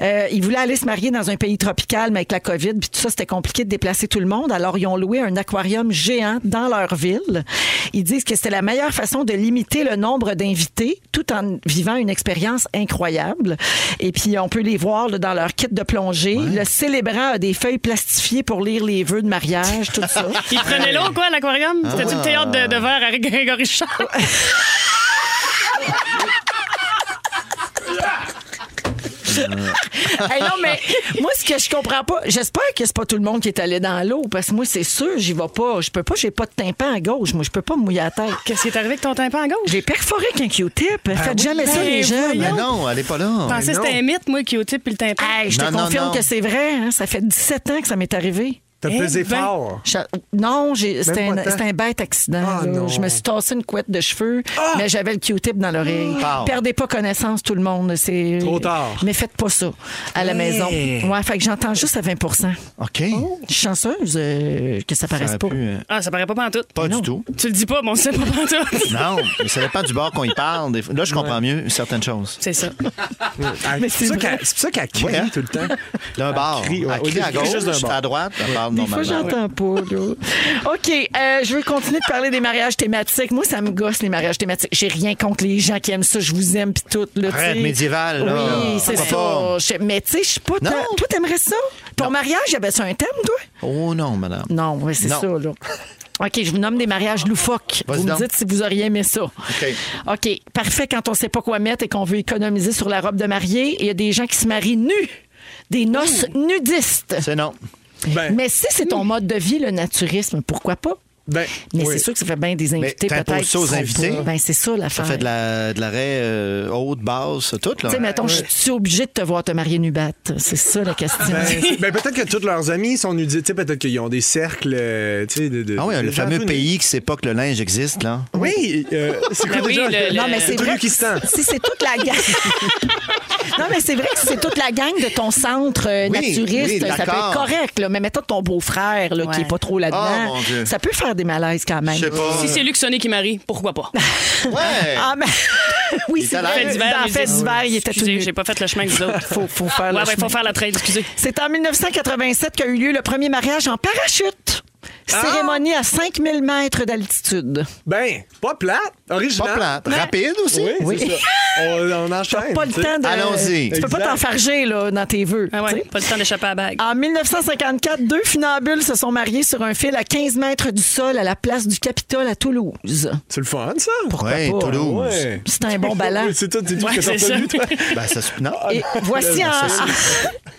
Euh, ils voulaient aller se marier dans un pays tropical, mais avec la COVID, puis tout ça, c'était compliqué de déplacer tout le monde. Alors, ils ont loué un aquarium géant dans leur ville. Ils disent que c'était la meilleure façon de limiter le nombre d'invités tout en vivant une expérience incroyable. Et puis, on peut les voir là, dans leur kit de plongée. Le célébrant a des feuilles plastifiées pour lire les vœux de mariage, tout ça.
Il prenait l'eau, quoi, à l'aquarium?
Ah!
C'était-tu le théâtre de, de verre avec Grégory Charles?
Hey, non, mais moi, ce que je comprends pas, j'espère que c'est pas tout le monde qui est allé dans l'eau, parce que moi, c'est sûr, j'y vais pas. Je peux pas, j'ai pas de tympan à gauche. Moi, je peux pas me mouiller la tête.
Qu'est-ce qui est arrivé avec ton tympan à gauche?
J'ai perforé avec un Q-tip. Faites jamais ça,
Ben
les jeunes.
Mais non, elle est pas
Je
là.
pensais que c'était un mythe, moi, qui au type puis le tympan.
Hey, je te
Non, non,
confirme
non.
que c'est vrai. hein. ça fait 17 ans que ça m'est arrivé.
T'as
Eh
pesé
ben.
fort.
Je- Non, j'ai- c'était
pas
un,
tant.
c'était un bête accident.
Ah,
là.
non. Ah!
je me suis tassé une couette de cheveux, mais j'avais le Q-tip dans l'oreille.
Ah.
Perdez pas connaissance, tout le monde. C'est
Trop tard.
Mais faites pas ça à la maison. Ouais, fait que j'entends juste à 20
OK.
Je suis chanceuse euh, que ça
Ça
paraisse
aurait
pas.
pu, euh,
Ah, ça paraît pas pantoute.
Pas du tout.
Tu le dis pas, mais on sait pas pantoute.
Non, mais ça dépend du bord qu'on y parle. Des fois- Là, je comprends mieux certaines choses.
C'est ça.
Ah, C'est pour ça qu'elle- c'est pour ça qu'elle crie
Ouais, hein?
tout le temps.
D'un bord.
crie, ouais.
Elle crie à
Au début,
gauche,
juste d'un bord.
à droite, elle parle parle
Des fois,
normalement.
j'entends pas. là. OK, euh, je veux continuer de parler des mariages thématiques. Moi, ça me gosse, les mariages thématiques. J'ai rien contre les gens qui aiment ça. Je vous aime, puis tout. Là, tu
Arrête,
sais.
médiéval, là.
Oui, c'est
Pourquoi
ça.
pas?
Je- Mais tu sais, je suis pas...
Non.
tant- Toi, t'aimerais ça? Ton mariage, il y avait ça un thème, toi?
Oh non, madame.
Non, mais c'est
Non.
ça, là. OK, je vous nomme des mariages loufoques.
Vas-y
Vous me
donc.
dites si vous auriez aimé ça.
OK.
OK, parfait quand on sait pas quoi mettre et qu'on veut économiser sur la robe de mariée. Il y a des gens qui se marient nus. Des noces nudistes.
C'est Hmm. non.
Ben,
Mais si c'est ton mode de vie, le naturisme, pourquoi pas?
ben,
Mais
oui.
c'est sûr que ça fait bien des invités
t'imposes
peut-être.
ça aux
qui sont
invités?
pas- Ben, c'est ça
Ça
l'affaire.
fait de la- de l'arrêt euh, haute, basse, tout,
Tu
là.
sais, mettons, je suis obligée de te voir te marier nu batte. C'est ça la question.
Ben, ben, peut-être que tous leurs amis sont nudites. Tu sais, Peut-être qu'ils ont des cercles. euh, tu sais, de, de-
Ah oui,
de
le
gens
fameux
tout nus.
pays qui sait pas que le linge existe, là.
Oui, euh, c'est quoi
Ben oui,
déjà?
le-
non, mais
le
c'est vrai. que
Turkistan.
Si c'est toute la gang. non, mais c'est vrai que si c'est toute la gang de ton centre euh,
Oui,
naturiste,
oui,
ça peut être
d'accord.
correct. Là. Mais mettons ton beau-frère là, qui
Ouais.
est pas trop
Ah,
là-dedans.
mon Dieu.
ça peut faire des malaises quand même.
Je sais pas.
Si c'est Luc Sonné qui marie, pourquoi pas?
Ouais.
Ah, mais. oui,
Il
c'est
était là.
vrai.
Fait
d'hiver,
Dans
les
fait
îles.
d'hiver, il était tout
Excusez,
nu.
j'ai pas fait le chemin que vous autres.
Faut, faut faire
Ouais,
le
ouais,
chemin.
faut faire la traite, excusez.
C'est en 1987 qu'a eu lieu le premier mariage en parachute.
Ah!
Cérémonie à 5000 mètres d'altitude.
Ben, pas plate, original.
Pas plate. Rapide aussi.
Oui,
Oui.
c'est ça. On, on enchaîne.
Pas le
tu sais.
temps de.
Allons-y.
Tu peux pas
Exact.
t'enfarger là, dans tes vœux.
Ah
tu
ouais,
sais. Ah.
pas le temps d'échapper à la bague.
En 1954, deux funambules se sont mariés sur un fil à 15 mètres du sol à la place du Capitole à Toulouse.
C'est le fun, ça?
Ouais,
pas?
Toulouse.
Ouais.
C'est un bon ballon.
Oui, c'est tout, c'est tout
Ouais,
que t'as
c'est ça.
retenu, toi.
Ben, ça se. Non.
Et voici en,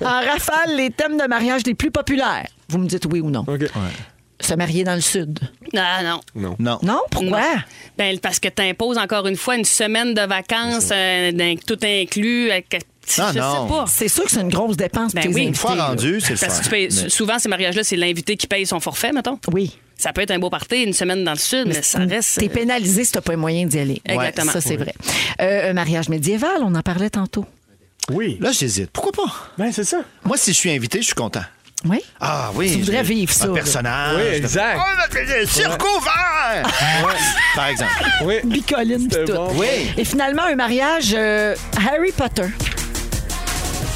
Ah,
en rafale les thèmes de mariage les plus populaires. Vous me dites oui ou non.
OK.
Se marier dans le Sud.
Ah non.
Non.
Non? Pourquoi?
Non. Ben, parce que t'imposes encore une fois une semaine de vacances, euh, d'un- tout inclus. euh, que- je
non.
sais pas.
Ah C'est sûr que c'est une grosse dépense
Ben
pour tes
oui.
invités,
Une fois
là.
rendu, c'est le
Parce que tu
fun.
payes-
Mais-
souvent, ces mariages-là, c'est l'invité qui paye son forfait, mettons.
Oui.
Ça peut être un beau party, une semaine dans le sud, mais, ça reste. euh,
T'es pénalisé si t'as pas les moyens d'y aller.
Exactement.
Ça, c'est vrai. Euh, un mariage médiéval, on en parlait tantôt.
Oui.
Là, j'hésite. Pourquoi pas?
Ben, c'est ça.
Moi, si je suis invité, je suis content.
Oui?
Ah oui.
Tu voudrais
j'ai
vivre ça,
Un
là.
personnage.
Oui, exact.
Oh, notre plaisir, cirque ouvert! Par exemple.
Oui.
Bicoline, pis
C'est
tout.
bon.
Oui.
Et finalement, un mariage euh, Harry Potter.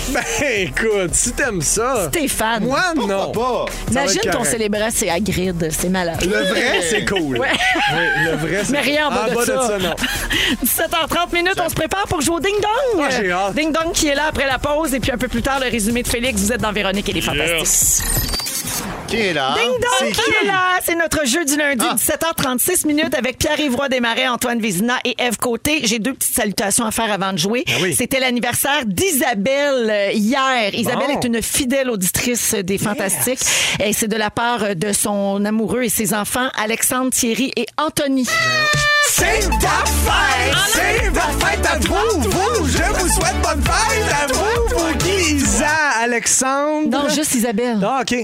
Ben, écoute, si t'aimes ça.
T'es fan.
Moi, non.
Pourquoi pas?
Ça va
Imagine
être
ton
correct.
célébrant, c'est Hagrid. C'est malade.
Le vrai, c'est cool.
Ouais.
Oui, le vrai, c'est
Mais rien en bas,
en
de,
bas
ça.
de ça, non.
17h30 minutes, on se prépare pour jouer au Ding Dong.
Ah, j'ai hâte.
Ding Dong qui est là après la pause et puis un peu plus tard le résumé de Félix. Vous êtes dans Véronique et les Fantastiques.
Qui est là?
Ding Dong
C'est
qui est là. C'est notre jeu du lundi,
Ah.
17h36 minutes avec Pierre-Yvroy Desmarais, Antoine Vézina et Eve Côté. J'ai deux petites salutations à faire avant de jouer.
Ah oui.
C'était l'anniversaire d'Isabelle euh, hier. Isabelle est une fidèle auditrice des Fantastiques. Et c'est de la part euh, de son amoureux et ses enfants, Alexandre, Thierry et Anthony.
C'est ta
Ah,
fête! C'est ta fête à vous, vous! Je vous souhaite bonne fête à vous, vous qui? Isa, Alexandre.
Non, juste Isabelle.
Ah, OK.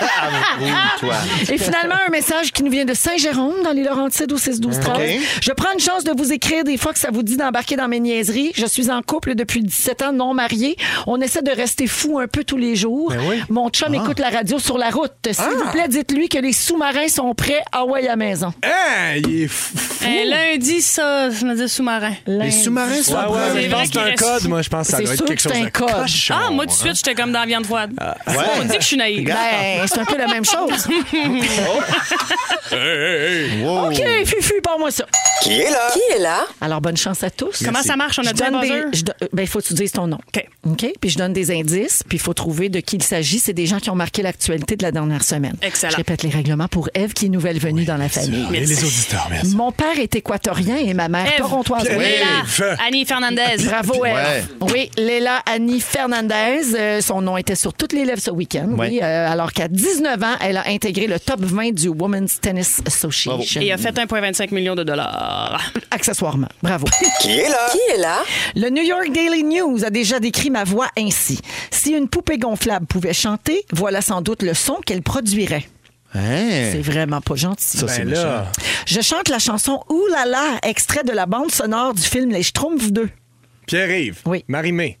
Ah, toi.
Et finalement, un message qui nous vient de Saint-Jérôme, dans les Laurentides, au 6 12 13
OK.
Je prends une chance de vous écrire des fois que ça vous dit d'embarquer dans mes niaiseries. Je suis en couple depuis 17 ans, non marié. On essaie de rester fou un peu tous les jours. Mon chum écoute la radio sur la route. S'il vous plaît, dites-lui que les sous-marins sont prêts à ouais à maison.
Hein, il est fou.
Un Eh, lundi, ça, je me dis sous-marin.
Les sous-marins sont
Ah ouais,
C'est
mais je
vrai
pense que c'est
qu'il
un
reste-
code. Moi, je pense que ça
C'est
doit
sûr
être quelque
que
chose
c'est un
de
code.
cochon.
Ah, moi, tout de suite, j'étais comme dans la viande froide.
ouais.
On dit que je suis naïve.
Ben, c'est un peu la même chose.
Wow.
OK, Fufu, parle-moi ça.
Qui est là?
Alors, bonne chance à tous.
Comment ça marche? On a
Je
dit un
donne des,
buzzer?
je do- ben, il faut que tu dises ton nom.
OK.
OK? Puis je donne des indices, puis il faut trouver de qui il s'agit. C'est des gens qui ont marqué l'actualité de la dernière semaine.
Excellent.
Je répète les règlements pour Eve, qui est nouvelle venue dans la famille.
Et les auditeurs, merci.
Mon père est équatorien et ma mère
Ève,
torontoise.
Pierre.
Oui.
Léla,
Feu.
Annie Fernandez.
Bravo, Eve.
Ouais.
Oui, Léla Annie Fernandez. euh, son nom était sur toutes les lèvres ce week-end.
Ouais.
Oui, euh, alors qu'à 19 ans, elle a intégré le top 20 du Women's Tennis Association.
Et euh, a fait 1,25 million de dollars.
Accessoirement. Bravo.
Qui est là?
Le New York Daily News a déjà décrit ma voix ainsi. Si une poupée gonflable pouvait chanter, voilà sans doute le son qu'elle produirait. C'est
Hein?
vraiment pas gentil.
Ça, c'est
Ben
méchant.
là,
Je chante la chanson Ouh là là, extrait de la bande sonore du film Les Schtroumpfs 2.
Pierre-Yves.
Oui.
Marie-Mé.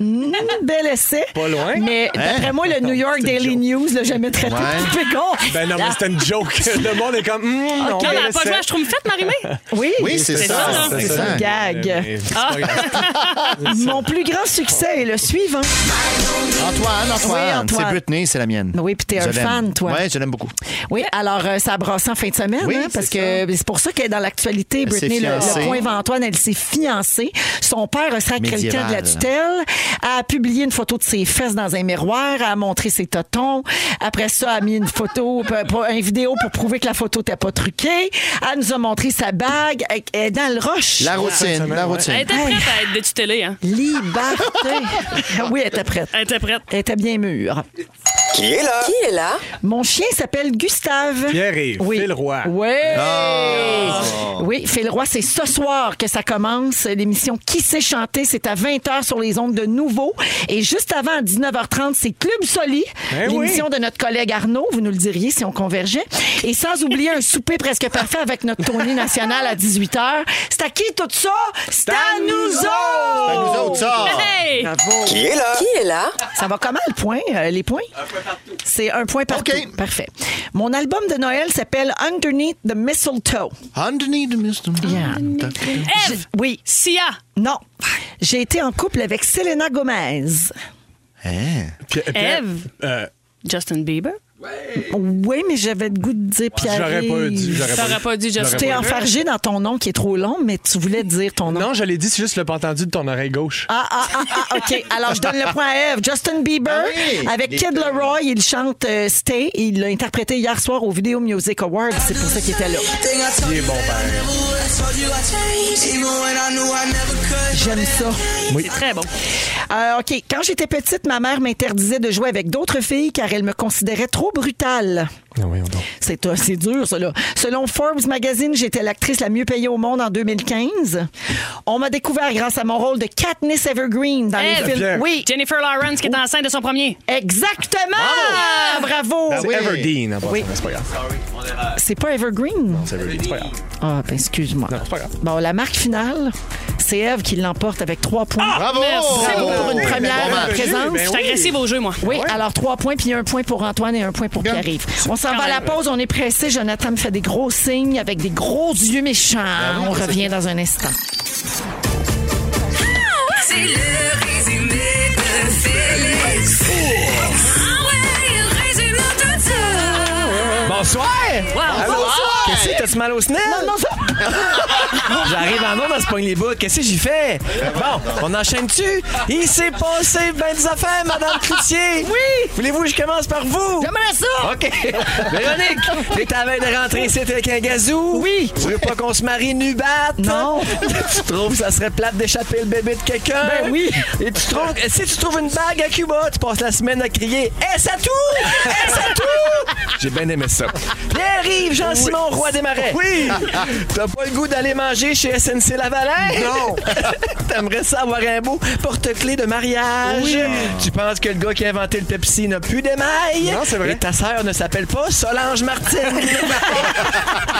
Bel essai.
Pas loin.
Mais d'après
Hein?
moi, le New York Daily News l'a jamais traité de pégon.
Ben non, mais c'était une joke. Le monde est comme. Hum, non,
Non,
mais
mais Ah, elle a pas
c'est-
joué à Schtroumpf faite, Marie-Mé.
Oui,
Oui, c'est
C'est ça,
ça.
là. Ah.
c'est
c'est
ça.
ça.
gag.
Mais- mais c'est pas grave.
Mon plus grand succès est le suivant.
Antoine, Antoine.
Oui, Antoine.
C'est Britney, c'est la mienne.
Mais oui, puis t'es un fan, toi.
Oui, je l'aime beaucoup.
Oui, alors euh, ça brasse en fin de semaine,
Oui,
hein, parce
c'est
que c'est pour ça qu'elle est dans l'actualité,
Elle s'est
Britney, le,
fiancée.
le point vers Antoine, elle s'est fiancée. Son père a sacré le camp de la
Médiévale.
tutelle, a publié une photo de ses fesses dans un miroir, a montré ses totons. Après ça, a mis une photo, p- p- une vidéo pour prouver que la photo n'était pas truquée. Elle nous a montré sa bague, elle- elle est dans le roche.
La routine,
semaine,
la
ouais.
routine.
Elle était prête à être détutelée, hein.
Liberté. oui, elle était prête.
Elle était prête.
Elle était bien mûre.
Qui est là? Qui est là?
Mon chien s'appelle Gustave.
Pierre-Yves, Phil Roy.
Oui.
Oh.
Oui, Phil Roy, c'est ce soir que ça commence, l'émission Qui sait chanter. C'est à 20h sur les ondes de nouveau. Et juste avant, à 19h30, c'est Club Soli,
Ben
l'émission de notre collègue Arnaud. Vous nous le diriez si on convergeait. Et sans oublier un souper presque parfait avec notre tournée nationale à 18h. C'est à qui tout ça? C'est à nous autres!
Ben, nous autres, ça.
Hey!
Qui est là? Qui est là?
Ça va comment le point, euh, les points? C'est un point partout.
OK.
Parfait. Mon album de Noël s'appelle Underneath the Mistletoe.
Underneath the mist.
Yeah.
Eve!
Je- oui,
Sia!
non. J'ai été en couple avec Selena Gomez.
Hein?
Pierre- Pierre-
Eve!
euh,
Justin Bieber?
Oui, mais j'avais le goût de dire Pierre.
J'aurais pas dit. J'aurais
T'aurais
pas
pas dit
j'aurais
Justin.
T'es
T'es
pas dit.
enfargé dans ton nom qui est trop long, mais tu voulais dire ton nom.
Non, je l'ai dit, c'est juste le pas entendu de ton oreille gauche.
Ah, ah, ah, ah, OK. Alors, je donne le point à Eve. Justin Bieber,
Ah oui.
avec
Des-
Kid Leroy, il chante euh, Stay. Il l'a interprété hier soir au Video Music Awards. C'est pour ça qu'il était là.
Il est bon, ben.
J'aime ça.
Très bon.
Euh, OK. Quand j'étais petite, ma mère m'interdisait de jouer avec d'autres filles car elle me considérait trop brutale.
Non, Ah, voyons donc.
C'est euh, c'est dur, ça, là. Selon Forbes Magazine, j'étais l'actrice la mieux payée au monde en 2015. On m'a découvert grâce à mon rôle de Katniss Evergreen dans
Ève.
les films.
Pierre.
Oui,
Jennifer Lawrence qui est enceinte de son premier.
exactement! Bravo!
C'est
oui.
Everdeen, en passant,
Oui.
mais c'est pas grave.
C'est pas Evergreen?
C'est Everdeen, c'est pas grave.
Ah, ben excuse-moi.
c'est pas grave.
Bon, la marque finale, c'est Eve qui l'emporte avec trois points.
Ah!
Bravo!
Bravo pour une
Bon
première
match.
Ben
présence.
Je suis agressive au jeu, moi.
Oui, alors trois points, puis un point pour Antoine et un point pour Pierre-Yves. On s'en va à la
euh,
pause, on est pressé. Jonathan me fait des gros signes avec des gros yeux méchants.
Ben
on revient dans un instant.
C'est le résumé de Félix. Ah ouais, il résume tout ça.
Bonsoir! Allô? Qu'est-ce que c'est? T'as-tu mal au snell?
Non, ça-
J'arrive en onde à se pogner les bouts. Qu'est-ce que j'y fais? Bon, on enchaîne-tu? Il s'est passé ben des affaires, Madame Cloutier! Oui! Voulez-vous que je commence par vous?
J'aimerais ça!
OK. Véronique, t'es à la veille de rentrer ici avec un gazou?
Oui.
Tu veux pas qu'on se marie nu batte?
Non.
tu trouves que ça serait plate d'échapper le bébé de quelqu'un?
Ben oui.
Et tu trouves, si tu trouves une bague à Cuba, tu passes la semaine à crier « Est-ce à tout? Est-ce à tout? » J'ai bien aimé ça. Pierre-Yves, Jean-Simon, roi des marais. Oui. T'as pas le goût d'aller manger chez SNC Lavalin? Non. T'aimerais ça avoir un beau porte-clés de mariage? Tu penses que le gars qui a inventé le Pepsi n'a plus d'émail? Non, c'est vrai. Et ta sœur ne s'appelle pas Solange Martine.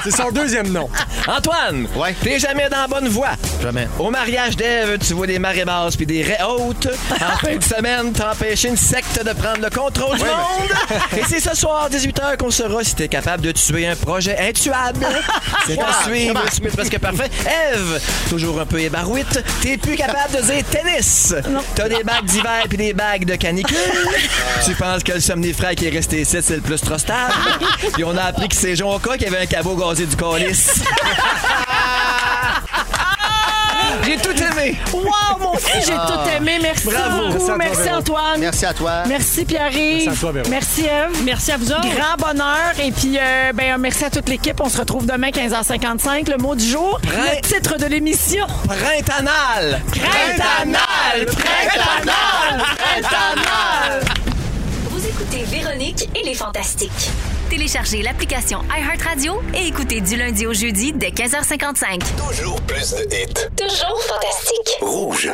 c'est son deuxième nom. Antoine,
Ouais.
t'es jamais dans la bonne voie.
Jamais.
Au mariage d'Ève, tu vois des marées basses puis des raies hautes. En fin de semaine, t'as empêché une secte de prendre le contrôle du monde. Et c'est ce soir, 18h, qu'on saura si t'es capable de tuer un projet intuable. C'est à suivre, tu es presque parfait. Ève, toujours un peu ébarouite, t'es plus capable de dire tennis. T'as des bagues d'hiver puis des bagues de canicule. tu penses que le somnifère qui est resté ici, c'est le plus trustable. Et on a appris que c'est Jonca qui avait un cabot gazé du colis. J'ai tout aimé.
Wow, mon fils, j'ai tout aimé. Merci
Ah. Bravo.
beaucoup. Merci,
Merci à toi, Véro.
Antoine. Merci,
Merci à toi.
Pierre-Yves.
Merci à toi, Véro.
Merci, Eve.
Merci à vous autres.
Grand bonheur. Et puis, euh, ben, un merci à toute l'équipe. On se retrouve demain, 15h55. Le mot du jour, le
Prêt.
titre de l'émission.
Printanal. Printanal. Printanal. Printanal.
Vous écoutez Véronique et les Fantastiques. Téléchargez l'application iHeartRadio et écoutez du lundi au jeudi dès 15h55.
Toujours plus de hits.
Toujours fantastique.
Rouge.